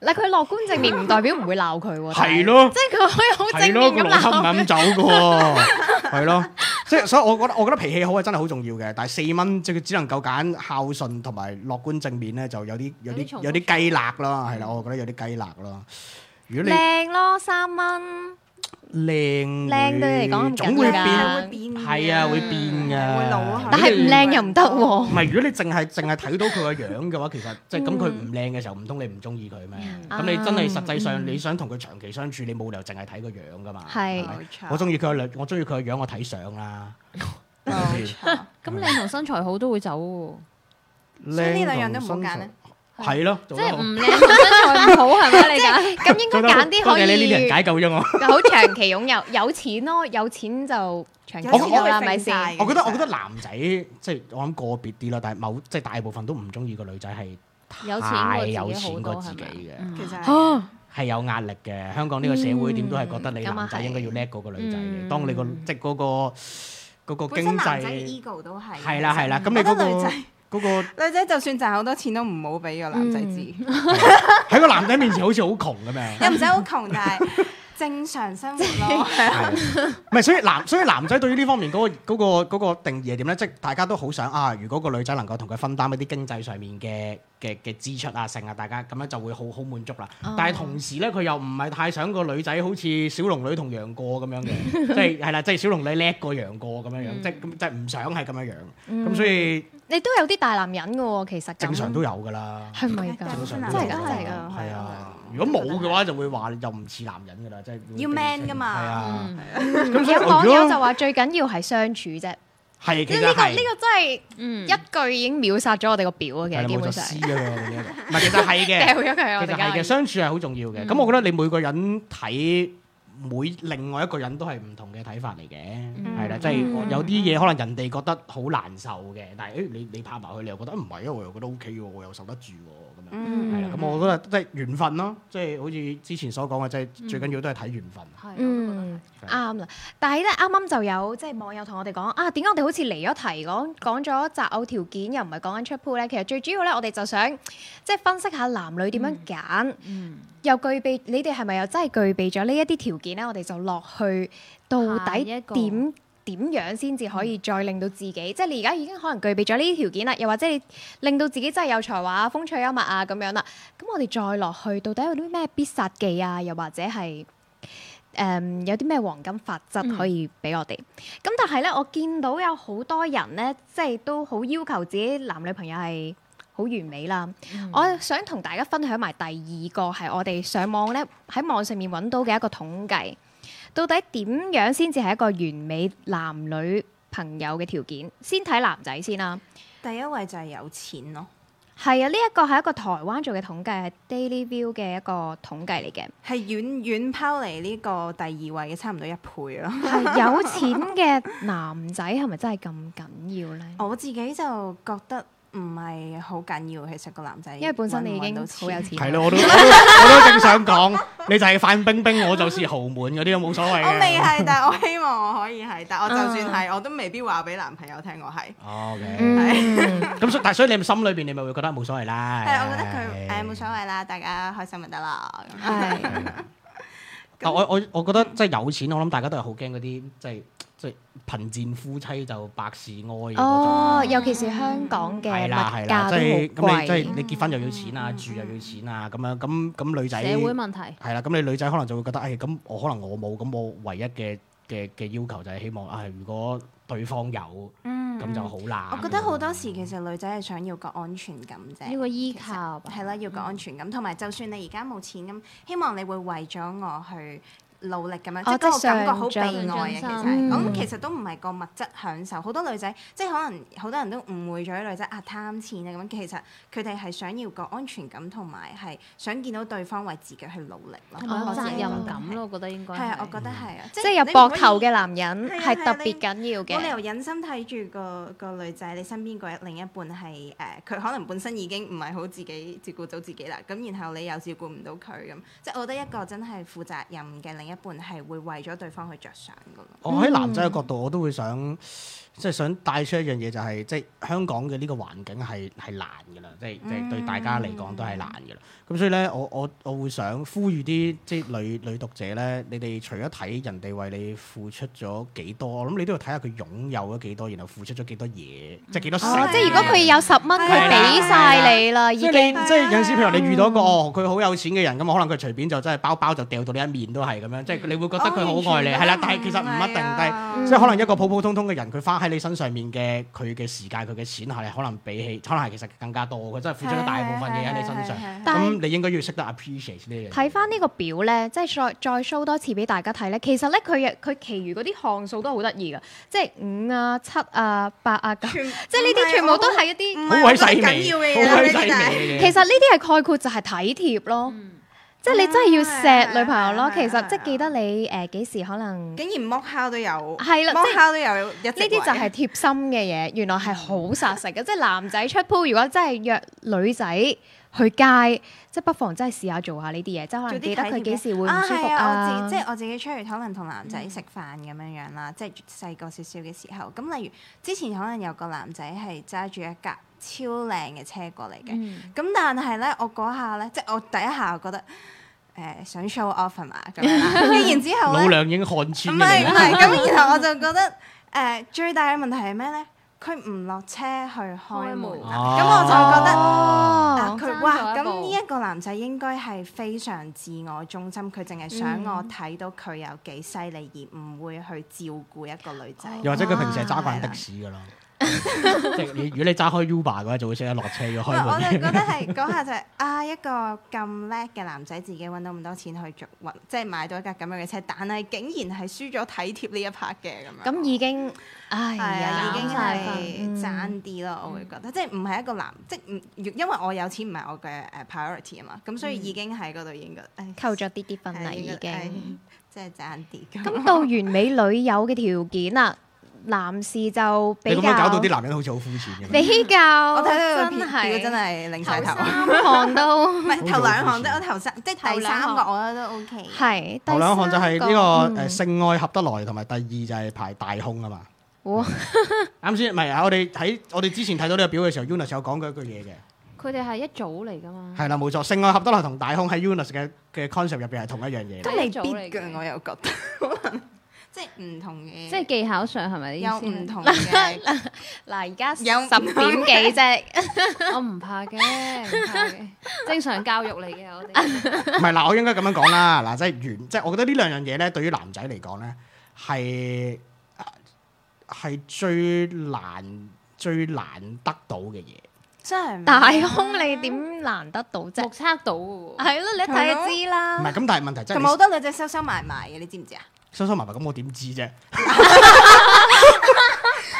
Speaker 1: 嗱，佢樂觀正面唔代表唔會鬧佢喎，
Speaker 4: 係咯
Speaker 1: 但係即係佢可以好
Speaker 4: 係
Speaker 1: 正
Speaker 4: 咯，個
Speaker 1: 面咁
Speaker 4: 邏輯唔
Speaker 1: 鬧
Speaker 4: 係咁
Speaker 1: 佢。
Speaker 4: 走嘅喎，係咯。即係所以，我覺得我覺得脾氣好係真係好重要嘅。但係四蚊即係佢只能夠揀孝順同埋樂觀正面咧，就有啲有
Speaker 2: 有啲重
Speaker 4: 啲
Speaker 2: 複
Speaker 4: 有啲雞肋啦，係啦，
Speaker 1: 嗯
Speaker 4: 我覺得有啲雞肋啦。如果
Speaker 1: 靚咯，三蚊，
Speaker 4: 你
Speaker 1: 靚
Speaker 4: 靚
Speaker 1: 對你嚟講
Speaker 4: 會
Speaker 1: 唔緊
Speaker 4: 總會
Speaker 1: 要
Speaker 4: 變，
Speaker 1: 㗎
Speaker 3: 係會變㗎。
Speaker 4: 係啊，會變㗎，
Speaker 3: 會老啊
Speaker 1: 但係唔靚又唔得喎
Speaker 4: 唔。係，如果你淨係淨係睇到佢個樣嘅話，其實即係咁佢
Speaker 1: 嗯
Speaker 4: 唔靚嘅時候，唔通你唔中意佢咩？咁你真係實際上你想同佢長期相處，你冇理由淨係睇個樣㗎嘛。
Speaker 1: 係
Speaker 4: 咪
Speaker 3: 冇錯
Speaker 4: 我中意佢個樣，我中意佢個樣，我睇相啦。
Speaker 3: 冇錯。
Speaker 2: 咁你同身材好都會走喎。
Speaker 3: 所以呢兩樣都唔好揀咧
Speaker 4: 同係咯，
Speaker 2: 即
Speaker 4: 做得
Speaker 2: 係
Speaker 4: 好
Speaker 2: 唔。靚同身材唔好係 咪你㗎？
Speaker 1: 咁應該
Speaker 4: 做得好
Speaker 1: 揀啲
Speaker 4: 多
Speaker 1: 可
Speaker 4: 謝你呢啲人
Speaker 1: 以
Speaker 4: 解救咗我。
Speaker 1: 好長期擁有，有 錢咯，有錢就長期
Speaker 3: 有
Speaker 1: 擁
Speaker 3: 錢
Speaker 1: 有
Speaker 3: 都
Speaker 1: 啦，
Speaker 3: 會
Speaker 1: 咪
Speaker 3: 揈晒
Speaker 1: 先？
Speaker 3: 嘅
Speaker 4: 我覺
Speaker 3: 其
Speaker 4: 得
Speaker 3: 實
Speaker 4: 我覺得男仔即係我諗個別啲啦，但係某即係大部分都唔中意個女仔係
Speaker 2: 有
Speaker 4: 太
Speaker 2: 錢過
Speaker 4: 有
Speaker 2: 自己好
Speaker 4: 錢過
Speaker 2: 多
Speaker 4: 自
Speaker 2: 係
Speaker 4: 己
Speaker 2: 咪？
Speaker 4: 嘅，
Speaker 2: 嗯
Speaker 3: 其實係
Speaker 1: 啊
Speaker 4: 係有壓力嘅。香港呢個社會點都係覺得你
Speaker 1: 嗯咁啊
Speaker 4: 男仔應該要叻過個女仔嘅。
Speaker 2: 嗯
Speaker 4: 當你個即係嗰個嗰個
Speaker 3: 本
Speaker 4: 經
Speaker 3: 身男仔嘅
Speaker 4: 濟
Speaker 3: ego 都係
Speaker 4: 係啦係啦，咁
Speaker 3: 我
Speaker 4: 你
Speaker 3: 覺
Speaker 4: 嗰
Speaker 3: 得女
Speaker 4: 個
Speaker 3: 仔
Speaker 4: 嗰個
Speaker 3: 女仔就算賺好多錢都唔好俾個
Speaker 1: 嗯
Speaker 3: 男仔知，
Speaker 4: 啊喺個男仔面前好似好窮咁樣。
Speaker 3: 又唔使好窮，但係正常生活 咯。
Speaker 1: 啊
Speaker 4: 係唔係，所以男所以男仔對於呢方面嗰、個嗰、個嗰個定義係點咧？即係大家都好想啊，如果個女仔能夠同佢分擔一啲經濟上面嘅嘅嘅支出啊、剩啊，大家咁樣就會好好滿足啦。
Speaker 1: 哦
Speaker 4: 但係同時咧，佢又唔係太想個女仔好似小龍女同楊過咁 樣嘅，即係係啦，即係小龍女叻過楊過咁樣樣，
Speaker 2: 嗯
Speaker 4: 即係咁即係唔想係咁樣樣。咁、
Speaker 3: 嗯
Speaker 4: 所以
Speaker 1: 你都有啲大男人嘅喎，其實咁
Speaker 4: 正常都有㗎啦。
Speaker 1: 係咪㗎？
Speaker 4: 正常
Speaker 3: 真
Speaker 4: 都有
Speaker 3: 係
Speaker 4: 㗎
Speaker 3: 㗎係㗎
Speaker 4: 係
Speaker 3: 係
Speaker 4: 啊
Speaker 3: 啊！
Speaker 4: 如果冇嘅話，就會話又唔似男人㗎啦，即係會
Speaker 3: 要 man 㗎嘛
Speaker 4: 係啊，
Speaker 2: 嗯
Speaker 4: 咁所以
Speaker 1: 有網
Speaker 4: 如果
Speaker 1: 友就話最緊要係相處啫，呢
Speaker 4: 係其
Speaker 1: 呢
Speaker 4: 實
Speaker 1: 個呢
Speaker 4: 係
Speaker 1: 個真係
Speaker 2: 嗯，
Speaker 1: 一句已經秒殺咗我哋個表啊！其實
Speaker 4: 係
Speaker 1: 基
Speaker 4: 冇咗
Speaker 1: 本上
Speaker 4: 絲啊嘛，我哋呢一個唔係其實係
Speaker 1: 掉
Speaker 4: 嘅，
Speaker 1: 咗佢啊我
Speaker 4: 其實係
Speaker 1: 哋
Speaker 4: 嘅，
Speaker 1: 家。
Speaker 4: 相處係好重要嘅。咁、
Speaker 2: 嗯
Speaker 4: 我覺得你每個人睇每另外一個人都係唔同嘅睇法嚟嘅，係啦、即係我有啲嘢可能人哋覺得好難受嘅，但係誒你你拍埋佢，你又覺得啊唔係啊，我又覺得 O K 喎，我又受得住喎咁樣。
Speaker 3: 嗯
Speaker 4: 嗯係啦，咁我覺得即係緣分咯，即係好似之前所講嘅，即係最緊要都係睇緣分。
Speaker 2: 係
Speaker 1: 嗯，
Speaker 4: 係
Speaker 1: 啱啦。但係咧，啱啱就有即係網友同我哋講啊，點解我哋好似離咗題講講咗擇偶條件，又唔係講緊出 pool 咧？其實最主要咧，我哋就想即係分析下男女點樣揀，
Speaker 2: 嗯
Speaker 1: 又具備你哋係咪又真係具備咗呢一啲條件咧？我哋就落去到
Speaker 2: 下
Speaker 1: 底
Speaker 2: 一個嗯
Speaker 1: 點點樣先至可以再令到自己，即係你而家已經可能具備咗呢啲條件啦，又或者你令到自己真係有才華啊、風趣幽默啊咁樣啦。咁我哋再落去，到底有啲咩必殺技啊？又或者係誒、有啲咩黃金法則
Speaker 2: 嗯
Speaker 1: 可以俾我哋？咁、但係咧，我見到有好多人咧，即係都好要求自己男女朋友係好完美啦。
Speaker 2: 嗯
Speaker 1: 我想同大家分享埋第二個係我哋上網咧喺網上面揾到嘅一個統計，到底點樣先至係一個完美男女朋友嘅條件？先睇男仔先啦。
Speaker 3: 第一位就係有錢咯，
Speaker 1: 係啊，呢一個係一個台灣做嘅統計，係 Daily View 嘅一個統計嚟嘅。
Speaker 3: 係遠遠拋離呢個第二位嘅差唔多一倍咯。
Speaker 1: 係有錢嘅男仔係咪真係咁緊要 咧？
Speaker 3: 我自己就覺得唔係好緊要，其實個男仔
Speaker 1: 因為本身你已
Speaker 3: 搵唔搵
Speaker 1: 經
Speaker 3: 到
Speaker 1: 好有錢，
Speaker 3: 錢。
Speaker 4: 係咯，我都我都我都正想講，你就係范冰冰，我就是豪門嗰啲，冇所謂 嘅。
Speaker 3: 我未係，但係我希望我可以係，但我就算係，我都未必話俾男朋友聽我係。
Speaker 4: 哦，OK。
Speaker 1: 嗯，
Speaker 4: 咁所但係所以你心裏邊你咪會覺得冇所謂啦。
Speaker 3: 係，我覺得佢誒冇所謂啦，大家開心咪得啦。咁
Speaker 1: 嗯係。
Speaker 4: 但啊我我我覺得即係有錢，我諗大家都係好驚嗰啲即係即係貧賤夫妻就百事哀嘅嗰種。啊
Speaker 1: 哦，尤其是香港嘅
Speaker 4: 係啦係
Speaker 1: 物
Speaker 4: 啦，
Speaker 1: 價
Speaker 4: 即係
Speaker 1: 都好
Speaker 4: 咁你即
Speaker 1: 貴
Speaker 4: 係。你結婚又要錢
Speaker 3: 嗯
Speaker 4: 啊，住又要錢啊，咁樣咁咁女
Speaker 2: 社
Speaker 4: 仔
Speaker 2: 會問題，
Speaker 4: 係啦，咁你女仔可能就會覺得，誒咁我可能我冇，咁我唯一嘅嘅嘅要求就係希望啊，如果對方有
Speaker 3: 嗯
Speaker 4: 咁就好啦。
Speaker 3: 我覺得好多時其實女仔係想要個安全感啫，
Speaker 2: 要個依靠啊吧
Speaker 3: 係啦，要個安全感，同埋就算你而家冇錢咁，希望你會為咗我去努力咁樣，即係
Speaker 1: 即係
Speaker 3: 嗰個感覺好被
Speaker 1: 上
Speaker 2: 進
Speaker 3: 愛啊！其
Speaker 2: 上
Speaker 3: 實
Speaker 2: 進
Speaker 1: 心
Speaker 3: 咁其實都唔係個物質享受，好多女仔即係可能好多人都誤會咗啲女仔啊貪錢啊咁，其實佢哋係想要個安全感，同埋係想見到對方為自己去努力咯，
Speaker 2: 同埋有
Speaker 3: 我自
Speaker 2: 哦責
Speaker 3: 己覺得
Speaker 2: 任
Speaker 3: 係
Speaker 2: 感咯，我覺得應該
Speaker 3: 係啊，我覺得係啊，
Speaker 1: 即
Speaker 3: 即
Speaker 1: 係有
Speaker 3: 你唔
Speaker 1: 膊
Speaker 3: 可以
Speaker 1: 頭嘅男人
Speaker 3: 係啊
Speaker 1: 係
Speaker 3: 係
Speaker 1: 特
Speaker 3: 啊
Speaker 1: 別緊要
Speaker 3: 冇理
Speaker 1: 嘅，
Speaker 3: 由忍心睇住個個女仔，你身邊個另一半係誒，呃佢、可能本身已經唔係好自己照顧到自己啦，咁然後你又照顧唔到佢咁，即係我覺得一個真係負責任嘅另一半係會為咗對方去着想噶咯。
Speaker 4: 我喺男
Speaker 1: 嗯
Speaker 4: 仔嘅角度，我都會想即係想帶出一樣嘢，就係即係香港嘅呢個環境係係難嘅啦，即係即
Speaker 1: 嗯
Speaker 4: 係對大家嚟講都係難嘅啦。咁所以咧，我我我會想呼籲啲即係女女讀者咧，你哋除咗睇人哋為你付出咗幾多，我諗你都要睇下佢擁有咗幾多，然後付出咗幾多嘢，即係幾多成。
Speaker 1: 哦，即係如果佢有十蚊，
Speaker 3: 啊
Speaker 1: 佢
Speaker 4: 係啦
Speaker 1: 俾晒你啦，已
Speaker 4: 即係
Speaker 1: 經啊
Speaker 4: 你即係有陣時，譬如你遇到一個哦，佢好有錢嘅人咁，可能佢隨便就真係包包就掉到你一面都係咁樣樣，即係你會覺得佢好愛你，
Speaker 1: 啊
Speaker 4: 係啦，但係其實唔一定，但係
Speaker 1: 嗯
Speaker 4: 即係可能一個普普通通嘅人，佢花喺你身上面嘅佢嘅時間、佢嘅錢係可能比起，可能係其實更加多，佢真係付出咗大部分嘢喺你身上。
Speaker 3: 上
Speaker 1: 但係
Speaker 4: 咁你應該要識得 appreciate 呢樣嘢。
Speaker 1: 睇翻呢個表咧，即係再再 show 多次俾大家睇咧。其實咧，佢嘅佢其餘嗰啲項數都好得意嘅，即係五啊、七啊、八啊、九，即係
Speaker 3: 全
Speaker 1: 呢啲全部都係一
Speaker 3: 嗯
Speaker 1: 啲。
Speaker 4: 好鬼細
Speaker 3: 緊要嘅
Speaker 4: 微，
Speaker 3: 嘢啦，
Speaker 4: 好鬼
Speaker 3: 呢
Speaker 4: 細
Speaker 3: 啲但係
Speaker 4: 微嘅嘢。
Speaker 1: 其實呢啲係概括就係體貼咯，
Speaker 2: 嗯
Speaker 1: 即係你真係要錫女朋友
Speaker 3: 啊
Speaker 1: 咯。
Speaker 3: 係啊
Speaker 1: 其
Speaker 3: 係啊
Speaker 1: 實即係記得你誒幾時可能呢
Speaker 3: 竟然剝烤都有，
Speaker 1: 係啦即係
Speaker 3: 剝烤都有一呢
Speaker 1: 啲就係貼心嘅嘢，原來係好殺食嘅。即係男仔出 pool，如果真係約女仔去街，即係不妨真係試下做下呢啲嘢，即係可能記得佢幾時會唔舒服
Speaker 3: 啊係
Speaker 1: 啊嗯
Speaker 3: 我自。即係我自己出去可能同男仔食飯咁樣樣啦，即係細個少少嘅時候。咁例如之前可能有個男仔係揸住一架超靚嘅車過嚟嘅，
Speaker 2: 嗯
Speaker 3: 咁但係咧我嗰下咧，即係我第一下我覺得誒想 show off 啊嘛咁 樣啦，跟住然之後
Speaker 4: 老
Speaker 3: 咧。
Speaker 4: 娘已經看
Speaker 3: 唔
Speaker 4: 穿
Speaker 3: 係唔
Speaker 4: 嘅你。啊
Speaker 3: 係，咁然後我就覺得誒、呃最大嘅問題係咩咧？佢唔落車去開門啦，咁、
Speaker 4: 哦
Speaker 3: 我就覺得。啊
Speaker 1: 哦，
Speaker 3: 佢
Speaker 2: 爭
Speaker 3: 哇！
Speaker 2: 咗一
Speaker 3: 咁
Speaker 2: 步
Speaker 3: 呢一個男仔應該係非常自我中心，佢淨係想我睇到佢有幾犀利，而唔會去照顧一個女仔。
Speaker 4: 又或者佢平時係揸慣的士㗎啦。
Speaker 1: 哦
Speaker 4: 即係你如果你揸開 Uber 嘅話，就會識得落車
Speaker 3: 喂
Speaker 4: 要開
Speaker 3: 我就
Speaker 4: 門。
Speaker 3: 覺得係嗰下就係、啊，一個咁叻嘅男仔自己揾到咁多錢去做運，即係買到一架咁樣嘅車，但係竟然係輸咗體貼呢一 part 嘅咁樣。
Speaker 1: 咁已經，唉
Speaker 3: 係啊，
Speaker 1: 呀，
Speaker 3: 已經
Speaker 1: 嗯
Speaker 3: 係爭啲咯，我會覺得，即係唔係一個男，即係唔因為我有錢唔係我嘅誒 priority 啊嘛，咁所以已經喺嗰度應該，誒
Speaker 1: 扣咗啲啲分啦，已，
Speaker 3: 係
Speaker 1: 經。
Speaker 3: 應該係即係 爭啲咁。
Speaker 1: 咁到完美女友嘅條件啦，男士就
Speaker 4: 你
Speaker 1: 比
Speaker 4: 咁
Speaker 1: 較
Speaker 4: 樣搞到啲男人好似好膚淺咁樣。
Speaker 1: 比較
Speaker 3: 我睇到
Speaker 1: 真
Speaker 3: 佢票真
Speaker 1: 係
Speaker 3: 係擰晒
Speaker 1: 頭
Speaker 3: 頭，啊
Speaker 1: 三項都
Speaker 3: 唔係頭兩行啫，我頭三即係
Speaker 2: 頭
Speaker 3: 第
Speaker 2: 兩
Speaker 3: 三
Speaker 2: 行
Speaker 3: 個我覺得都 OK。
Speaker 1: 係。
Speaker 4: 頭兩項就係
Speaker 1: 係
Speaker 4: 呢個
Speaker 1: 嗯
Speaker 4: 誒性愛合得來，同埋第二就係排大胸啊嘛。
Speaker 1: 哇！
Speaker 4: 啱先，唔係啊！我哋喺我哋之前睇到呢個表嘅時候，Unis 有講過一句嘢嘅，
Speaker 2: 佢哋係一組嚟噶嘛，
Speaker 4: 係啦，冇錯，性愛合得來同大胸喺 Unis 嘅嘅 concept 入邊係同一樣 嘢嚟。
Speaker 3: 都未
Speaker 2: 一組
Speaker 3: 必
Speaker 2: 嚟
Speaker 3: 嘅，
Speaker 2: 嘅
Speaker 3: 我又覺得 可能即係唔同嘅，
Speaker 2: 即係技巧上係咪呢
Speaker 3: 有
Speaker 2: 啲意思
Speaker 3: 唔同嘅
Speaker 1: 嗱，而家十
Speaker 3: 有
Speaker 1: 點幾啫，
Speaker 2: 我唔怕嘅，唔怕嘅， 正常教育嚟嘅我 哋。
Speaker 4: 唔係嗱，我應該咁樣講啦，嗱，即係原，即係我覺得呢兩樣嘢咧，對於男仔嚟講咧，係啊係最難最難得到嘅嘢。
Speaker 3: 真係 唔
Speaker 1: 大胸你點難得到啫
Speaker 2: 目？測到嘅喎，
Speaker 1: 係咯，你一睇就知
Speaker 4: 唔
Speaker 1: 啦
Speaker 4: 係。咁，但係問題真
Speaker 3: 同
Speaker 4: 係
Speaker 3: 埋好
Speaker 4: 你
Speaker 3: 多女仔收收埋埋嘅，你知唔知啊？
Speaker 4: 收收埋埋咁，我點知啫？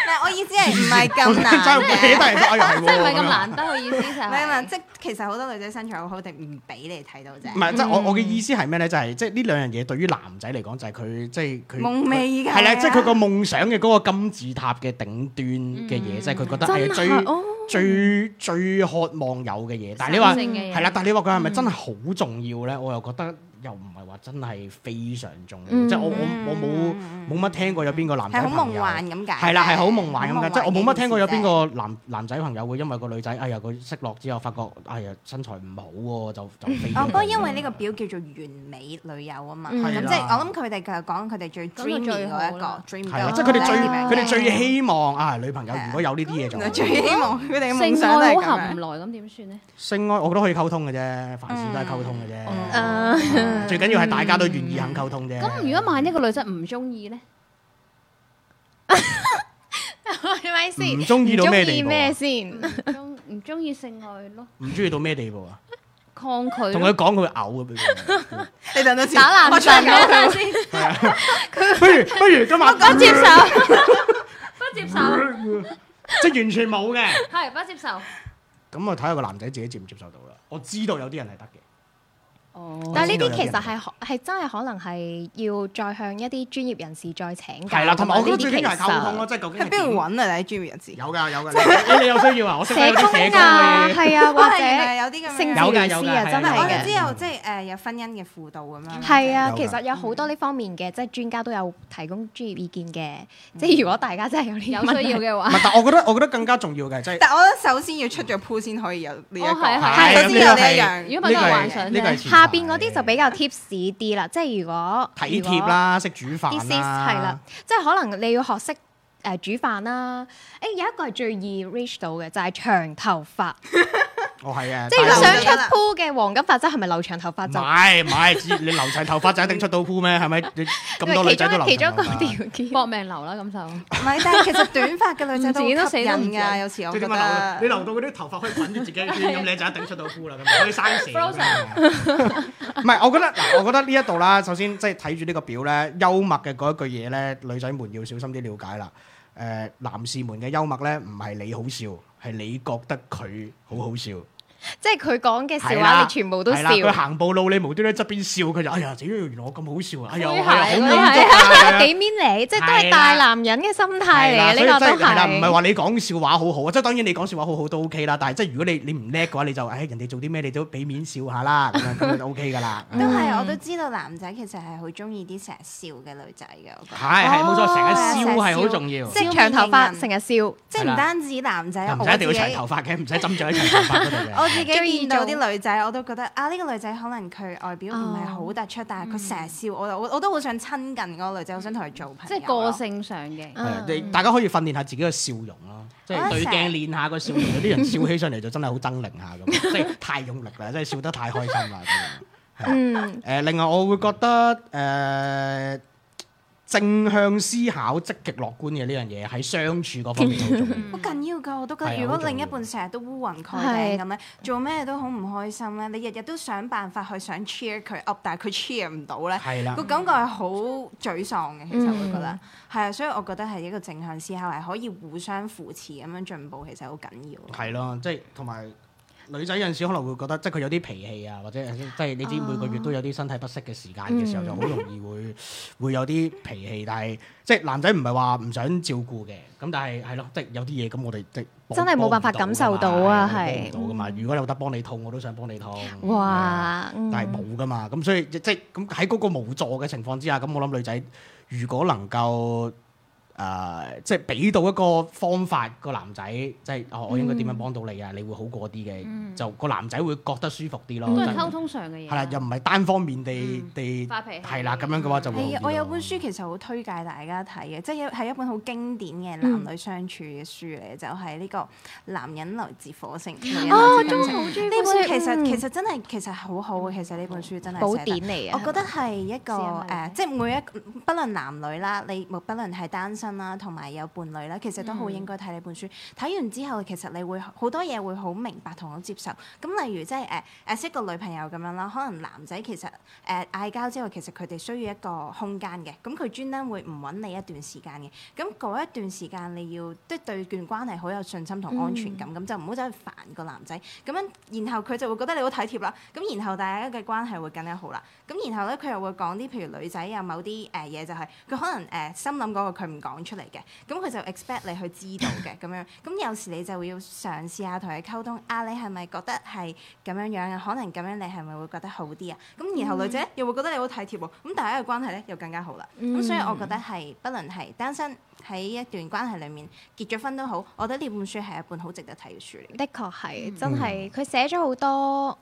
Speaker 3: 嗱，我意思係唔係咁
Speaker 4: 真係
Speaker 3: 難
Speaker 4: 會俾
Speaker 3: 嘅
Speaker 4: 低。人哎呀係
Speaker 2: 即係唔係
Speaker 4: 喎
Speaker 2: 咁
Speaker 4: 樣
Speaker 2: 難得嘅意思就
Speaker 3: 唔係唔係，
Speaker 2: 係。
Speaker 3: 即係其實好多女仔身材好好，定唔俾你睇到啫。
Speaker 4: 唔係，即係我我嘅意思係咩咧？就係即係呢兩樣嘢對於男仔嚟講，就係佢即係佢
Speaker 3: 夢寐以求
Speaker 4: 係啦，即係佢個
Speaker 3: 啊
Speaker 4: 夢想嘅嗰個金字塔嘅頂端嘅
Speaker 3: 嗯
Speaker 4: 嘢，即係佢覺得係
Speaker 1: 真係
Speaker 4: 最
Speaker 1: 哦，
Speaker 4: 最最渴望有嘅嘢。但係你話
Speaker 2: 神聖嘅嘢
Speaker 4: 係啦，但係你話佢係咪真係好重要咧？我又覺得又唔係話真係非常重要，
Speaker 1: 嗯
Speaker 4: 即係我我
Speaker 3: 嗯
Speaker 4: 我冇冇乜聽過有邊個男仔
Speaker 3: 係好
Speaker 4: 朋
Speaker 3: 夢
Speaker 4: 友。
Speaker 3: 幻咁解。
Speaker 4: 係啦，係好夢幻咁
Speaker 3: 好夢
Speaker 4: 嘅，即係我冇乜聽過有邊
Speaker 3: 嘅意
Speaker 4: 個男男仔朋友會因為個女仔，哎呀佢識落之後，發覺哎呀身材唔好喎，就就飛
Speaker 3: 思
Speaker 4: 咗
Speaker 2: 嗯
Speaker 3: 啫。哦，
Speaker 4: 佢
Speaker 3: 不過因為呢個表叫做完美女友啊嘛，
Speaker 1: 嗯
Speaker 3: 咁
Speaker 4: 係啦
Speaker 3: 即係我諗佢哋佢係講佢哋最
Speaker 2: 講到
Speaker 3: dreamy
Speaker 2: 最好啊
Speaker 3: 嗰一個
Speaker 2: 啦
Speaker 3: dream
Speaker 4: 係啦，啊
Speaker 3: girl
Speaker 4: 即係佢哋最
Speaker 1: 哦
Speaker 3: 嗰個
Speaker 4: 佢哋
Speaker 3: level
Speaker 4: 最希望啊女朋友
Speaker 3: 係啊
Speaker 4: 如果有呢啲嘢
Speaker 3: 原
Speaker 4: 就好
Speaker 3: 來 最希望佢哋嘅夢
Speaker 2: 哦性
Speaker 3: 想都
Speaker 2: 愛
Speaker 3: 係
Speaker 2: 好
Speaker 3: 咁
Speaker 2: 合唔
Speaker 3: 樣。
Speaker 2: 來咁點算咧？
Speaker 4: 性愛，我覺得可以溝通嘅啫，凡事都係溝通嘅
Speaker 3: 嗯
Speaker 4: 啫，最緊要係大家都願意肯溝通啫。
Speaker 2: 咁如果萬一個女仔唔中意咧，
Speaker 1: 係咪先？
Speaker 4: 唔中意到咩
Speaker 1: 唔中
Speaker 4: 地
Speaker 1: 意
Speaker 4: 步
Speaker 1: 咩
Speaker 4: 啊？
Speaker 1: 先？
Speaker 2: 唔中唔中意性愛咯，
Speaker 4: 唔中意到咩地步啊？
Speaker 2: 抗拒咯。
Speaker 4: 同佢講佢會嘔啊嘅，
Speaker 3: 你等陣先，
Speaker 1: 打
Speaker 3: 我
Speaker 1: 冷
Speaker 3: 出嚟
Speaker 1: 震
Speaker 3: 講
Speaker 1: 咯，
Speaker 4: 不如不如今
Speaker 1: 我
Speaker 4: 日
Speaker 1: 接受。
Speaker 2: 不接受，
Speaker 4: 即係完全冇嘅。
Speaker 2: 係不接受。
Speaker 4: 咁我睇下個男仔自己接唔接受到啦。我知道有啲人係得嘅。
Speaker 2: 哦
Speaker 1: 但係呢啲其實係可係真係可能係要再向一啲專業人士再請教。
Speaker 4: 係啦，同埋我覺得最緊要
Speaker 1: 呢啲
Speaker 4: 係
Speaker 1: 其
Speaker 4: 溝通
Speaker 1: 實
Speaker 4: 咯，即係究竟
Speaker 3: 喺
Speaker 4: 係
Speaker 3: 邊度
Speaker 4: 點
Speaker 3: 揾啊？你喺 dreamy 人士，
Speaker 4: 有㗎有㗎，你你有需要啊？我識得有
Speaker 1: 社
Speaker 4: 啲社
Speaker 1: 工
Speaker 4: 工嘅
Speaker 1: 啊，
Speaker 4: 嘢。
Speaker 1: 係啊，
Speaker 3: 哦原來
Speaker 1: 或
Speaker 3: 有啲
Speaker 1: 者
Speaker 3: 咁
Speaker 1: 性
Speaker 3: 樣
Speaker 1: 治
Speaker 4: 有㗎
Speaker 1: 療
Speaker 4: 有
Speaker 1: 師
Speaker 4: 㗎
Speaker 1: 啊，
Speaker 4: 係
Speaker 1: 真
Speaker 4: 有㗎
Speaker 1: 係
Speaker 3: 我
Speaker 1: 嘅
Speaker 3: 哋。之後即係誒有婚姻嘅輔導咁樣。
Speaker 1: 係啊，
Speaker 4: 有㗎
Speaker 1: 其實有好多呢方面嘅，即係專家都有提供專業意見嘅。即
Speaker 4: 嗯
Speaker 1: 係如果大家真係有呢
Speaker 2: 有啊
Speaker 1: 啲問
Speaker 2: 需要嘅
Speaker 4: 唔
Speaker 2: 話，
Speaker 1: 啊
Speaker 4: 係，但我覺得我覺得更加重要嘅即係。
Speaker 3: 但我覺得首先要出咗 pool 先可以有呢一個，
Speaker 2: 哦係係
Speaker 3: 首先有呢一樣。
Speaker 2: 如
Speaker 4: 呢個
Speaker 2: 果唔係都係
Speaker 4: 係
Speaker 2: 幻想
Speaker 4: 呢個係
Speaker 2: 啫。
Speaker 4: 前提
Speaker 1: 下邊嗰啲就比較 tips 啲啦，即係如果
Speaker 4: 體貼，啦，啊識煮
Speaker 1: 如果
Speaker 4: 飯
Speaker 1: this is 係啦
Speaker 4: 啦，，
Speaker 1: 即係可能你要學識誒煮飯啦。誒有一個係最易 reach 到嘅就係長頭髮，
Speaker 4: 我哦係誒，
Speaker 1: 即係如
Speaker 4: 但
Speaker 1: 果
Speaker 4: 係
Speaker 1: 想
Speaker 3: 留
Speaker 1: 出
Speaker 3: 長啦
Speaker 1: pool 嘅黃金法則係咪留長頭髮
Speaker 4: 唔
Speaker 1: 就？
Speaker 4: 係唔係，只你留長頭髮就一定出到鋪咩？係咪？你咁多
Speaker 1: 因為
Speaker 4: 女
Speaker 1: 其
Speaker 4: 仔
Speaker 1: 中
Speaker 4: 都留
Speaker 1: 其中
Speaker 4: 長
Speaker 1: 一
Speaker 4: 頭
Speaker 1: 個
Speaker 4: 髮，啊
Speaker 1: 條件，
Speaker 2: 搏命流啦咁就。
Speaker 3: 唔係，但係其實短髮嘅女仔 都
Speaker 2: 唔剪都
Speaker 3: 好吸
Speaker 2: 死
Speaker 3: 引
Speaker 2: 都唔
Speaker 3: 㗎，
Speaker 2: 剪
Speaker 3: 有時我
Speaker 4: 即
Speaker 3: 覺
Speaker 4: 係點解留？
Speaker 3: 得。
Speaker 4: 你留到嗰啲頭髮可以滾住自己嘅
Speaker 1: 啊
Speaker 4: 圈，咁你就一定出到鋪啦，咁可以生蛇咁樣。唔係，我覺得嗱，我覺得呢一度啦，首先即係睇住呢個表咧，幽默嘅嗰一句嘢咧，女仔們要小心啲了解啦。誒、男士們嘅幽默咧，唔係你好笑，係你覺得佢好好笑。
Speaker 1: 即係佢講嘅
Speaker 4: 係
Speaker 1: 笑
Speaker 4: 啦
Speaker 1: 話，你全部都
Speaker 4: 係
Speaker 1: 笑
Speaker 4: 啦，。佢 行步路你無端端側邊笑，佢就哎呀，死咗原來我咁好笑啊！哎呀，我
Speaker 2: 灰
Speaker 4: 係
Speaker 2: 鞋 嗰
Speaker 4: 好
Speaker 2: 啲
Speaker 4: 滿足啊！
Speaker 1: 啊幾 mean 你，即係都
Speaker 4: 係
Speaker 1: 係
Speaker 4: 啦
Speaker 1: 大男人嘅心態
Speaker 4: 係
Speaker 1: 嚟
Speaker 4: 啦
Speaker 1: 嘅，啊呢個
Speaker 4: 所以真係
Speaker 1: 都
Speaker 4: 係啦，唔係
Speaker 1: 係。
Speaker 4: 話你講笑話好好啊，即係當然你講笑話好好都 OK 啦，但係即係如果你你唔叻嘅話，你就誒人哋做啲咩你都俾面笑下啦，咁樣咁樣就 OK 噶啦。嗯
Speaker 3: 都係，我都知道男仔其實係好中意啲成日笑嘅女仔嘅，我覺得。
Speaker 4: 係係冇錯，成日笑係好
Speaker 3: 成日笑
Speaker 4: 重要，
Speaker 1: 即係
Speaker 3: 笑
Speaker 1: 長頭
Speaker 3: 面
Speaker 1: 髮，
Speaker 3: 型
Speaker 1: 成日笑。
Speaker 3: 即係
Speaker 4: 係啦
Speaker 3: 唔單止男仔，
Speaker 4: 又唔
Speaker 3: 我
Speaker 4: 使一
Speaker 3: 自
Speaker 4: 定要長
Speaker 3: 己
Speaker 4: 頭髮嘅，唔使浸咗喺長頭髮嗰度
Speaker 3: 我
Speaker 4: 嘅。
Speaker 3: 自己
Speaker 1: 中意
Speaker 3: 見到
Speaker 1: 做
Speaker 3: 啲女仔，我都覺得啊，呢、個女仔可能佢外表唔係好突出，但係佢成日笑我，
Speaker 4: 嗯
Speaker 3: 我我都好想親近嗰個女仔，好想同佢做朋友。啊
Speaker 2: 即係個，性上嘅。
Speaker 4: 係啊
Speaker 1: 啊
Speaker 4: 你大家可以訓練下自己嘅笑容咯，即係
Speaker 3: 嗯我
Speaker 4: 對
Speaker 3: 成日
Speaker 4: 鏡練下個笑容，有啲人笑起上嚟就真係好狰狞下 咁，即係太用力啦，即係笑得太開心啦咁樣。啊
Speaker 1: 嗯，
Speaker 4: 誒、另外我會覺得誒、正向思考、積極樂觀嘅呢樣嘢喺相處嗰方面好重要。
Speaker 3: 好緊要㗎，我都覺
Speaker 4: 係啊
Speaker 3: 得。如
Speaker 4: 好
Speaker 3: 果
Speaker 4: 重要
Speaker 3: 另一半成日都烏雲蓋頂咁咧，做咩都好唔開心咧，你日日都想辦法去想 cheer 佢 up，但係佢 cheer 唔到咧。
Speaker 4: 係啦
Speaker 3: 個，感覺係好沮喪嘅，其實會覺得係啊，所以我覺得係一個正向思考，係可以互相扶持咁樣進步，其實好緊要。
Speaker 4: 係咯，即係同埋女仔有陣時可能會覺得，即係佢有啲脾氣啊，或者即係你知每個月都有啲身體不適嘅時間嘅時候，就好容易
Speaker 1: 啊
Speaker 4: 會會有啲脾氣。但係即係男仔唔係話唔想照顧嘅，咁但係係咯，即係有啲嘢咁我哋即係
Speaker 1: 真
Speaker 4: 幫
Speaker 1: 係冇辦法
Speaker 4: 幫唔
Speaker 1: 感
Speaker 4: 㗎嘛
Speaker 1: 受到啊
Speaker 4: 係
Speaker 1: 係
Speaker 4: 幫唔到噶嘛。如果有得幫你痛，我都想幫你痛。係啊
Speaker 1: 哇，嗯
Speaker 4: 但係冇噶嘛，咁所以即係咁喺嗰個無助嘅情況之下，咁我諗女仔如果能夠誒、呃即係俾到一個方法個男仔，即係哦，我應該點樣幫到你啊？你會好過啲嘅，就個男仔會覺得舒服啲咯。
Speaker 2: 都
Speaker 4: 就
Speaker 2: 係溝通上嘅嘢。啊
Speaker 4: 係啦，又唔係單方面地地
Speaker 2: 發脾氣
Speaker 4: 係啦，咁樣嘅話就會好
Speaker 3: 係
Speaker 4: 啲
Speaker 3: 啊
Speaker 4: 咯，
Speaker 3: 我有本書其實好推介大家睇嘅，即係一係一本好經典嘅男女相處嘅書嚟，嘅，就係呢個《男人來自火星》。女人
Speaker 1: 哦，
Speaker 3: 來
Speaker 1: 我
Speaker 3: 自金
Speaker 1: 中
Speaker 3: 星
Speaker 1: 好中意
Speaker 3: 呢本其
Speaker 1: 嗯
Speaker 3: 實其實真係其實好好嘅，其實呢本書真係
Speaker 1: 寶
Speaker 3: 寫
Speaker 1: 典
Speaker 3: 得
Speaker 1: 嚟
Speaker 3: 我
Speaker 1: 嘅。
Speaker 3: 覺得係一個
Speaker 2: 試下
Speaker 3: 誒、
Speaker 2: 咪
Speaker 3: 即係每一個，不論男女啦，你無不論係單身啦，同埋有伴侶啦，其實都好應該睇呢本書。睇、完之後，其實你會好多嘢會好明白同好接受。咁例如即係誒誒識個女朋友咁樣啦，可能男仔其實誒嗌交之後，其實佢哋需要一個空間嘅，咁佢專登會唔揾你一段時間嘅。咁嗰一段時間你要即係對段關係好有信心同安全感，咁、就唔好走去煩個男仔。咁樣然後佢就會覺得你好體貼啦。咁然後大家嘅關係會更加好啦。咁然後咧，佢又會講啲譬如女仔有啊某啲誒呃嘢，就係佢可能誒、呃心諗嗰個佢唔講出嚟嘅，咁佢就 expect 你去知道嘅咁樣。咁有時你就會要嘗試下同佢溝通啊，你係咪覺得係咁樣樣啊？可能咁樣你係咪會覺得好啲啊？咁然後女仔呢又會覺得你好體貼喎，咁大家嘅關係咧又更加好啦。咁、所以我覺得係，不論係單身喺一段關係裡面結咗婚都好，我覺得呢本書係一本好值得睇嘅書嚟嘅。
Speaker 1: 的確係，真
Speaker 4: 嗯
Speaker 1: 係佢寫咗好多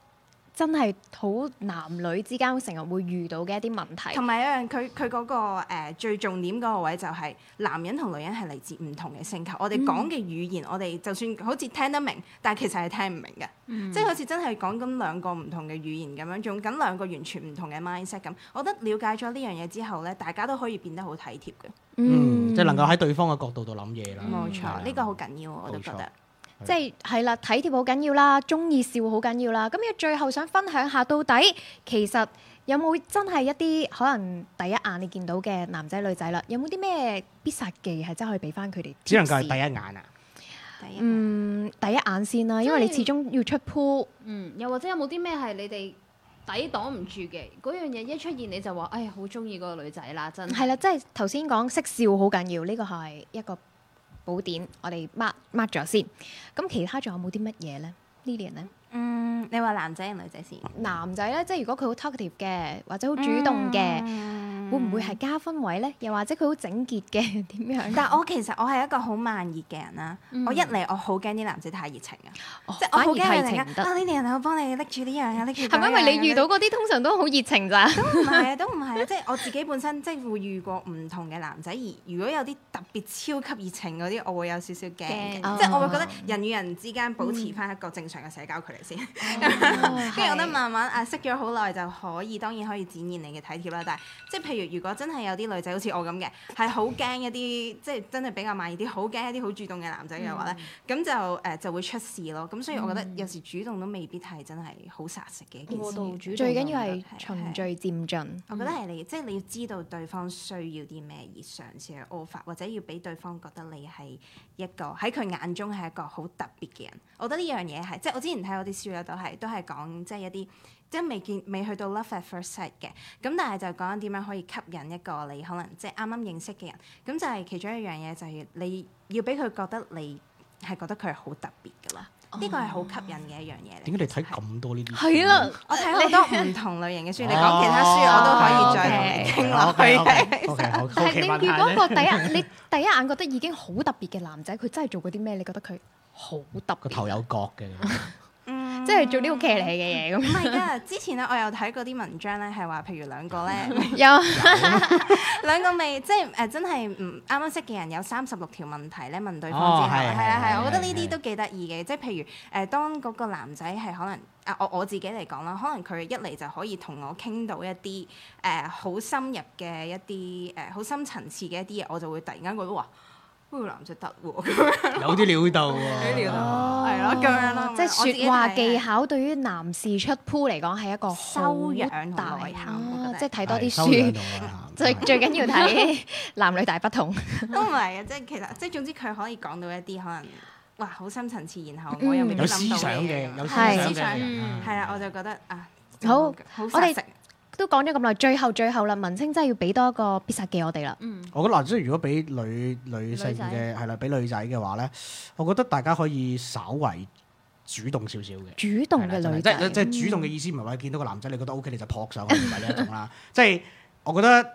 Speaker 1: 真係好男女之間成日會遇到嘅一啲問題
Speaker 3: 同。埋一樣，佢佢嗰個、呃、最重點嗰個位就係男人同女人係嚟自唔同嘅星球，我哋講嘅語言，我哋就算好似聽得明，但係其實係聽唔明嘅，
Speaker 2: 嗯
Speaker 3: 即係好似真係講緊兩個唔同嘅語言咁樣，用緊兩個完全唔同嘅 mindset 咁。我覺得了解咗呢樣嘢之後咧，大家都可以變得好體貼嘅，
Speaker 4: 嗯，即係能夠喺對方嘅角度度諗嘢啦。
Speaker 3: 冇
Speaker 4: 係
Speaker 3: 錯
Speaker 4: 啊，
Speaker 3: 呢個好緊要，我都覺
Speaker 4: 冇錯
Speaker 3: 得。
Speaker 1: 即係係啦，體貼好緊要啦，中意笑好緊要啦。咁要最後想分享下，到底其實有冇真係一啲可能第一眼你見到嘅男仔女仔啦，有冇啲咩必殺技係真係可以俾翻佢哋？
Speaker 4: 只能夠係第一眼啊，
Speaker 3: 第一，
Speaker 1: 嗯第一眼先啦，因為你始終要出 pool，
Speaker 2: 嗯，又或者有冇啲咩係你哋抵擋唔住嘅？嗰樣嘢一出現你就話，哎呀，好中意嗰個女仔啦，真
Speaker 1: 係
Speaker 2: 係。
Speaker 1: 啦，即係頭先講識笑好緊要，呢個係一個寶典，我哋 mark mark 咗先。咁其他仲有冇啲乜嘢呢？呢啲人呢？
Speaker 3: 嗯，你話男仔定女仔先？
Speaker 1: 男仔呢，即係如果佢好 talkative 嘅，或者好主動嘅。
Speaker 3: 嗯
Speaker 1: 會唔會係加分位咧？又或者佢好整潔嘅 點樣？
Speaker 3: 但我其實我係一個好慢熱嘅人啦，
Speaker 2: 嗯
Speaker 3: 我一嚟我好驚啲男仔太熱情啊，
Speaker 1: 哦
Speaker 3: 即係我
Speaker 1: 反
Speaker 3: 好
Speaker 1: 而
Speaker 3: 驚佢
Speaker 1: 係
Speaker 3: 突
Speaker 1: 情
Speaker 3: 然
Speaker 1: 唔得
Speaker 3: 間，啊呢啲人我幫你拎住呢樣啊，拎住
Speaker 1: 係咪因為你遇
Speaker 3: 嗰樣啊
Speaker 1: 到嗰啲通常都好熱情咋？
Speaker 3: 都唔係啊，都唔係啊，即係我自己本身即係會遇過唔同嘅男仔，而如果有啲特別超級熱情嗰啲，我會有少少驚嘅，
Speaker 2: 驚
Speaker 3: 即係我會覺
Speaker 1: 哦嗯
Speaker 3: 得人與人之間保持翻一個正常嘅社交距離先，
Speaker 1: 哦
Speaker 3: 跟住我覺得
Speaker 1: 係
Speaker 3: 慢慢啊識咗好耐就可以，當然可以展現你嘅體貼啦。但係即係譬如如果真係有啲女仔好似我咁嘅，係好驚一啲
Speaker 1: 嗯
Speaker 3: 即係真係比較慢熱啲，好驚一啲好主動嘅男仔嘅話咧，咁、就誒、就會出事咯。咁所以我覺得
Speaker 1: 嗯
Speaker 3: 有時主動都未必係真係好殺食嘅一件
Speaker 2: 過
Speaker 3: 事。
Speaker 2: 度主動
Speaker 1: 最緊要係
Speaker 3: 係
Speaker 1: 循
Speaker 3: 係
Speaker 1: 序漸進。
Speaker 3: 我覺得係你，即係你要知道對方需要啲咩而嘗試去 offer，或者要俾對方覺得你係一個喺佢眼中係一個好特別嘅人。我覺得呢樣嘢係，即係我之前睇我啲書咧，都係都係講即係一啲即係未見未去到 love at first sight 嘅，咁但係就講緊點樣可以吸引一個你可能即係啱啱認識嘅人。咁就係其中一樣嘢就係你要俾佢覺得你係覺得佢係好特別㗎啦。呢個係好吸引嘅一樣嘢嚟。
Speaker 4: 點解你睇咁多呢啲？
Speaker 1: 係啦，
Speaker 3: 我睇好多唔同類型嘅書，你講
Speaker 4: 哦
Speaker 3: 其他書我都可以再同你傾落去嘅。
Speaker 4: O K，好，哦
Speaker 1: 但
Speaker 4: 好
Speaker 1: 係
Speaker 4: 奇
Speaker 1: 你
Speaker 4: 問
Speaker 1: 遇
Speaker 4: 下
Speaker 1: 到一個
Speaker 4: 咧，
Speaker 1: 第一，你第一眼覺得已經好特別嘅男仔，佢真係做過啲咩？你覺得佢好特
Speaker 4: 個
Speaker 1: 別，
Speaker 4: 頭有角嘅，
Speaker 3: 嗯
Speaker 1: 即係做啲好騎呢嘅嘢
Speaker 3: 唔
Speaker 1: 咁。
Speaker 3: 係㗎，啊之前咧我有睇過啲文章咧，係話譬如兩 個咧，
Speaker 1: 嗯有
Speaker 3: 兩個未即係誒真係唔啱啱識嘅人有三十六條問題咧問對方
Speaker 4: 哦
Speaker 3: 之後，
Speaker 4: 係
Speaker 3: 係啦
Speaker 4: 係
Speaker 3: 係，我覺得
Speaker 4: 係
Speaker 3: 呢
Speaker 4: 係
Speaker 3: 啲都幾得意嘅，即係譬如誒當嗰個男仔係可能啊我我自己嚟講啦，可能佢一嚟就可以同我傾到一啲誒好深入嘅一啲誒好深層次嘅一啲嘢，我就會突然間覺得哇，呢個男仔得喎咁樣。
Speaker 4: 有啲料到
Speaker 3: 有啲料
Speaker 4: 喎
Speaker 3: 到。係咯咁樣咯
Speaker 1: 即
Speaker 3: 我自
Speaker 1: 係
Speaker 3: 己
Speaker 1: 説話
Speaker 3: 睇係
Speaker 1: 技巧對於男士出 pool 嚟講係一個好
Speaker 3: 修養同
Speaker 1: 大
Speaker 3: 內涵
Speaker 1: 啊
Speaker 3: 我覺得
Speaker 1: 即係睇多啲
Speaker 4: 係收養
Speaker 1: 書，
Speaker 4: 到啊
Speaker 1: 最最緊要 睇男女大不同。
Speaker 3: 都唔係啊，即係其實即係總之佢可以講到一啲可能哇好深層次，然後我又未必
Speaker 4: 有思
Speaker 3: 諗到
Speaker 4: 想
Speaker 3: 嘅
Speaker 4: 嘅，
Speaker 3: 嘢
Speaker 4: 有思
Speaker 1: 係
Speaker 4: 想
Speaker 3: 思想嗯
Speaker 4: 嘅人啊，
Speaker 3: 係啦，我就覺得啊，
Speaker 1: 好
Speaker 3: 好
Speaker 1: 我哋
Speaker 3: 實食
Speaker 1: 都講咗咁耐，最後最後啦，文青真係要俾多一個必殺技我哋啦。
Speaker 2: 嗯，
Speaker 4: 我覺得嗱，即係如果俾女女性
Speaker 2: 女仔
Speaker 4: 嘅係啦，俾女仔嘅話咧，我覺得大家可以稍為主動少少嘅。
Speaker 1: 主動嘅女
Speaker 4: 係
Speaker 1: 仔，
Speaker 4: 啦真係即係即係主動嘅意思唔係話見到個男仔你覺得 O K 你就撲上去，唔係呢一種 啦。即係我覺得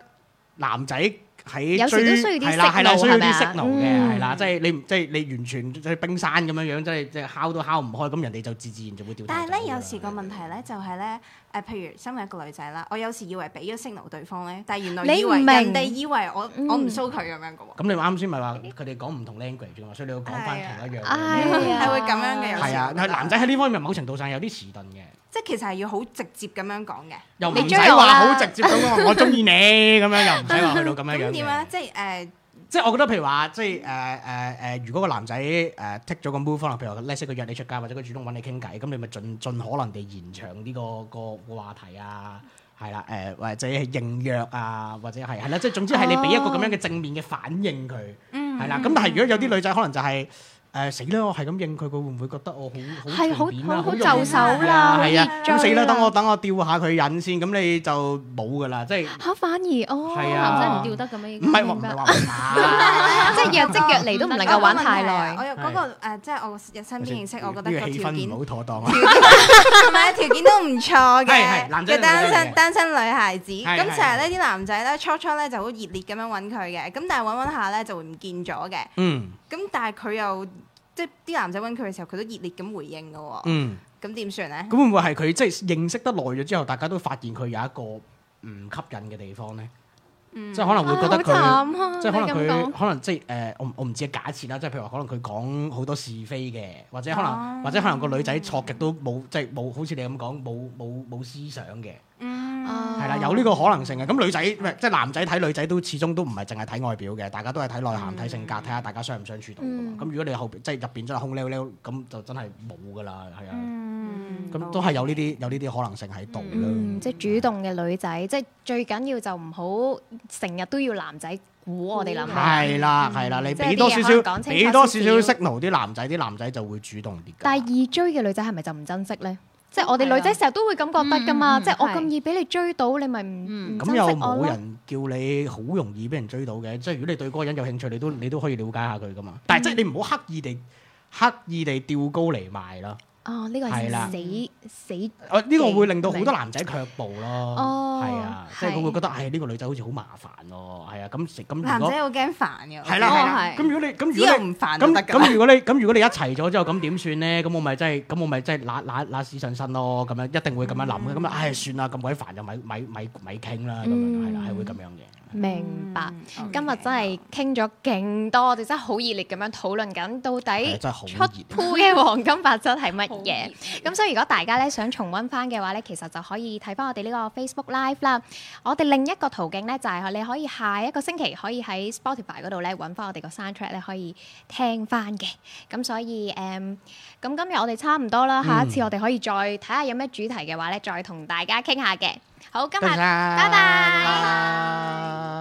Speaker 4: 男仔
Speaker 1: 有
Speaker 4: 喺
Speaker 1: 時都
Speaker 4: 追
Speaker 1: 需要啲
Speaker 4: 係啦係啦，
Speaker 1: signal，
Speaker 4: 需要
Speaker 1: 係咪
Speaker 4: 啲
Speaker 1: 啊
Speaker 4: signal 嘅
Speaker 1: 嗯
Speaker 4: 係啦，即係你唔即係你完全即係冰山咁樣樣，即係即係敲都敲唔開，咁人哋就自自然就會掉頭
Speaker 3: 但係
Speaker 4: 走㗎
Speaker 3: 咧，
Speaker 4: 啦
Speaker 3: 有時個問題咧就係咧，誒，譬如身為一個女仔啦，我有時以為俾咗 signal 對方咧，但係原來
Speaker 1: 你
Speaker 3: 以
Speaker 1: 唔
Speaker 3: 為
Speaker 1: 明
Speaker 3: 人哋以為我
Speaker 1: 嗯
Speaker 3: 我唔 show 佢咁樣嘅喎，
Speaker 4: 咁你啱先咪話佢哋講唔同 language 嘛，所以你要講翻同一樣
Speaker 1: 哎
Speaker 4: 嘅。
Speaker 1: 呀
Speaker 3: 係會啊咁樣嘅有時。
Speaker 4: 係啊，但係男仔喺呢方面某程度上有啲遲鈍嘅。
Speaker 3: 即係其實係要好直接咁樣講嘅。
Speaker 4: 又唔
Speaker 1: 你
Speaker 4: 使
Speaker 1: 追我啊
Speaker 4: 話
Speaker 1: 啦
Speaker 4: 好直接咁講，我中意你咁樣，又唔使話去到咁樣樣
Speaker 3: 咁
Speaker 4: 嘅。
Speaker 3: 點啊樣咧？即係誒，
Speaker 4: 即係我覺得譬如話，即係誒誒誒，如果個男仔誒 take 咗個 move 可能譬如話 let's say 佢約你出街，或者佢主動揾你傾偈，咁你咪盡盡可能地延長呢、個個個話題啊，係啦，誒、或者係應約啊，或者係係啦，即係總之係你俾一個咁樣嘅正面嘅反應佢，
Speaker 1: 哦
Speaker 3: 嗯
Speaker 4: 係啦、咁但係如果有啲女仔可能就係、誒死啦！我係咁應佢，佢會唔會覺得我好
Speaker 1: 係好
Speaker 4: 好隨便啊
Speaker 1: 好好
Speaker 4: 容易
Speaker 1: 就手啦
Speaker 4: 啊係啊
Speaker 1: 好，易
Speaker 4: 咁死啦！
Speaker 1: 追啦
Speaker 4: 等我等我吊下佢癮先，咁你就冇噶啦，即係
Speaker 1: 嚇反而哦，
Speaker 4: 係啊
Speaker 2: 男仔唔掉得咁樣已
Speaker 4: 唔
Speaker 2: 經
Speaker 4: 係話唔啊
Speaker 2: 明白
Speaker 4: 係話唔打
Speaker 1: 即係若即若離都唔能夠玩太
Speaker 3: 啊
Speaker 1: 耐。
Speaker 3: 我個問題啊我有嗰個誒，即係我身邊認識，我覺得個
Speaker 4: 呢個氣
Speaker 3: 條件
Speaker 4: 氛唔好妥當啊。
Speaker 3: 同埋條件都唔錯
Speaker 4: 係係
Speaker 3: 嘅，
Speaker 4: 男仔
Speaker 3: 嘅單
Speaker 4: 女仔嚟嘅
Speaker 3: 身單身女孩子。
Speaker 4: 係係
Speaker 3: 咁成日呢啲男仔咧，初初咧就好熱烈咁樣揾佢嘅，咁但係揾揾下咧就會唔見咗嘅。
Speaker 4: 嗯
Speaker 3: 咁但係佢又即係啲男仔揾佢嘅時候，佢都熱烈咁回應嘅喎。
Speaker 4: 嗯，
Speaker 3: 咁點算咧？
Speaker 4: 咁會唔會係佢即係認識得耐咗之後，大家都發現佢有一個唔吸引嘅地方咧？即係可能會覺得佢，
Speaker 1: 啊好慘啊
Speaker 4: 即係可能
Speaker 1: 你咁講
Speaker 4: 佢可能即係誒、呃我唔我唔知假設啦，即係譬如話可能佢講好多是非嘅，或者可能、
Speaker 3: 哦
Speaker 4: 或者可能個女仔錯極都冇，即係冇好似你咁講冇冇冇思想嘅，
Speaker 3: 嗯，
Speaker 1: 啊
Speaker 4: 係啦、哦有呢個可能性嘅。咁女仔唔係即係男仔睇女仔都始終都唔係淨係睇外表嘅，大家都係睇內涵、睇性格、睇下大家相唔相處到
Speaker 1: 嗯
Speaker 4: 㗎嘛。咁、如果你後邊即係入邊真係空溜溜，咁就真係冇㗎啦，係啊。
Speaker 3: 嗯
Speaker 4: 咁都係有呢啲有呢啲可能性喺度
Speaker 1: 哦嗯，
Speaker 4: 啦。
Speaker 1: 即係主動嘅女仔，即係最緊要就唔好成日都要男仔估我哋諗咩。
Speaker 4: 係啦，係啦，你
Speaker 1: 嗯即係
Speaker 4: 俾多
Speaker 1: 啲嘢
Speaker 4: 少
Speaker 1: 可
Speaker 4: 少，
Speaker 1: 能講清楚
Speaker 4: 俾多少
Speaker 1: 少
Speaker 4: 少
Speaker 1: 少
Speaker 4: signal 啲男仔，啲男仔就會主動啲㗎。
Speaker 1: 但係易追嘅女仔係咪就唔珍惜咧？嗯即係啊我哋女仔成日都會咁覺得噶嘛，
Speaker 2: 嗯嗯嗯
Speaker 1: 即係我
Speaker 2: 係
Speaker 1: 咁易俾你追到，你咪唔
Speaker 2: 嗯
Speaker 1: 唔珍
Speaker 4: 咁
Speaker 1: 惜
Speaker 4: 又
Speaker 1: 我
Speaker 4: 冇
Speaker 1: 咯？
Speaker 4: 人叫你好容易俾人追到嘅，即係如果你對嗰個人有興趣，你
Speaker 1: 嗯
Speaker 4: 都你都可以了解下佢㗎嘛。但係即係你唔好刻意地刻意地吊高嚟賣啦，
Speaker 1: 哦，呢個
Speaker 4: 係啦
Speaker 1: 係死死
Speaker 4: 啊呢個會令到好多男仔卻步咯，
Speaker 1: 哦
Speaker 4: 係啊，即係佢
Speaker 1: 係
Speaker 4: 會覺得，唉，呢個女仔好似好麻煩咯，係啊，咁食咁
Speaker 3: 男
Speaker 4: 如
Speaker 3: 仔
Speaker 4: 果
Speaker 3: 好驚煩嘅，
Speaker 4: 係
Speaker 2: 哦
Speaker 4: 啦，係啦
Speaker 2: 係
Speaker 4: 咁如果你咁如
Speaker 3: 之後
Speaker 4: 果你
Speaker 3: 唔煩就得
Speaker 4: 咁
Speaker 3: 㗎啦
Speaker 4: 咁如果你咁如果你一齊咗之後，咁點算咧？咁我咪真係咁我咪真係揦揦揦屎上身咯，咁樣一定會咁樣諗嘅。咁啊，唉，算啦，咁鬼煩就咪咪咪咪傾啦，咁樣係啦，係會咁樣嘅。
Speaker 1: 明白。
Speaker 3: 嗯
Speaker 1: 今日真係傾咗勁多，我哋真係好熱烈咁樣討論緊，到
Speaker 4: 係
Speaker 1: 底
Speaker 4: 真係好
Speaker 1: 哎出
Speaker 4: 熱。啊
Speaker 1: 鋪嘅黃金法則係乜
Speaker 2: 好
Speaker 1: 嘢？咁所以如果大家咧想重温翻嘅話咧，其實就可以睇翻我哋呢個 Facebook Live 啦。我哋另一個途徑咧就係、你可以下一個星期可以喺 Spotify 嗰度咧揾翻我哋個 soundtrack 咧可以聽翻嘅。咁所以誒，嗯咁、今日我哋差唔多啦，下一次我哋可以再睇下有咩主題嘅話咧，再同大家傾下嘅。好，今日
Speaker 4: 多謝晒
Speaker 1: 拜拜
Speaker 4: 拜拜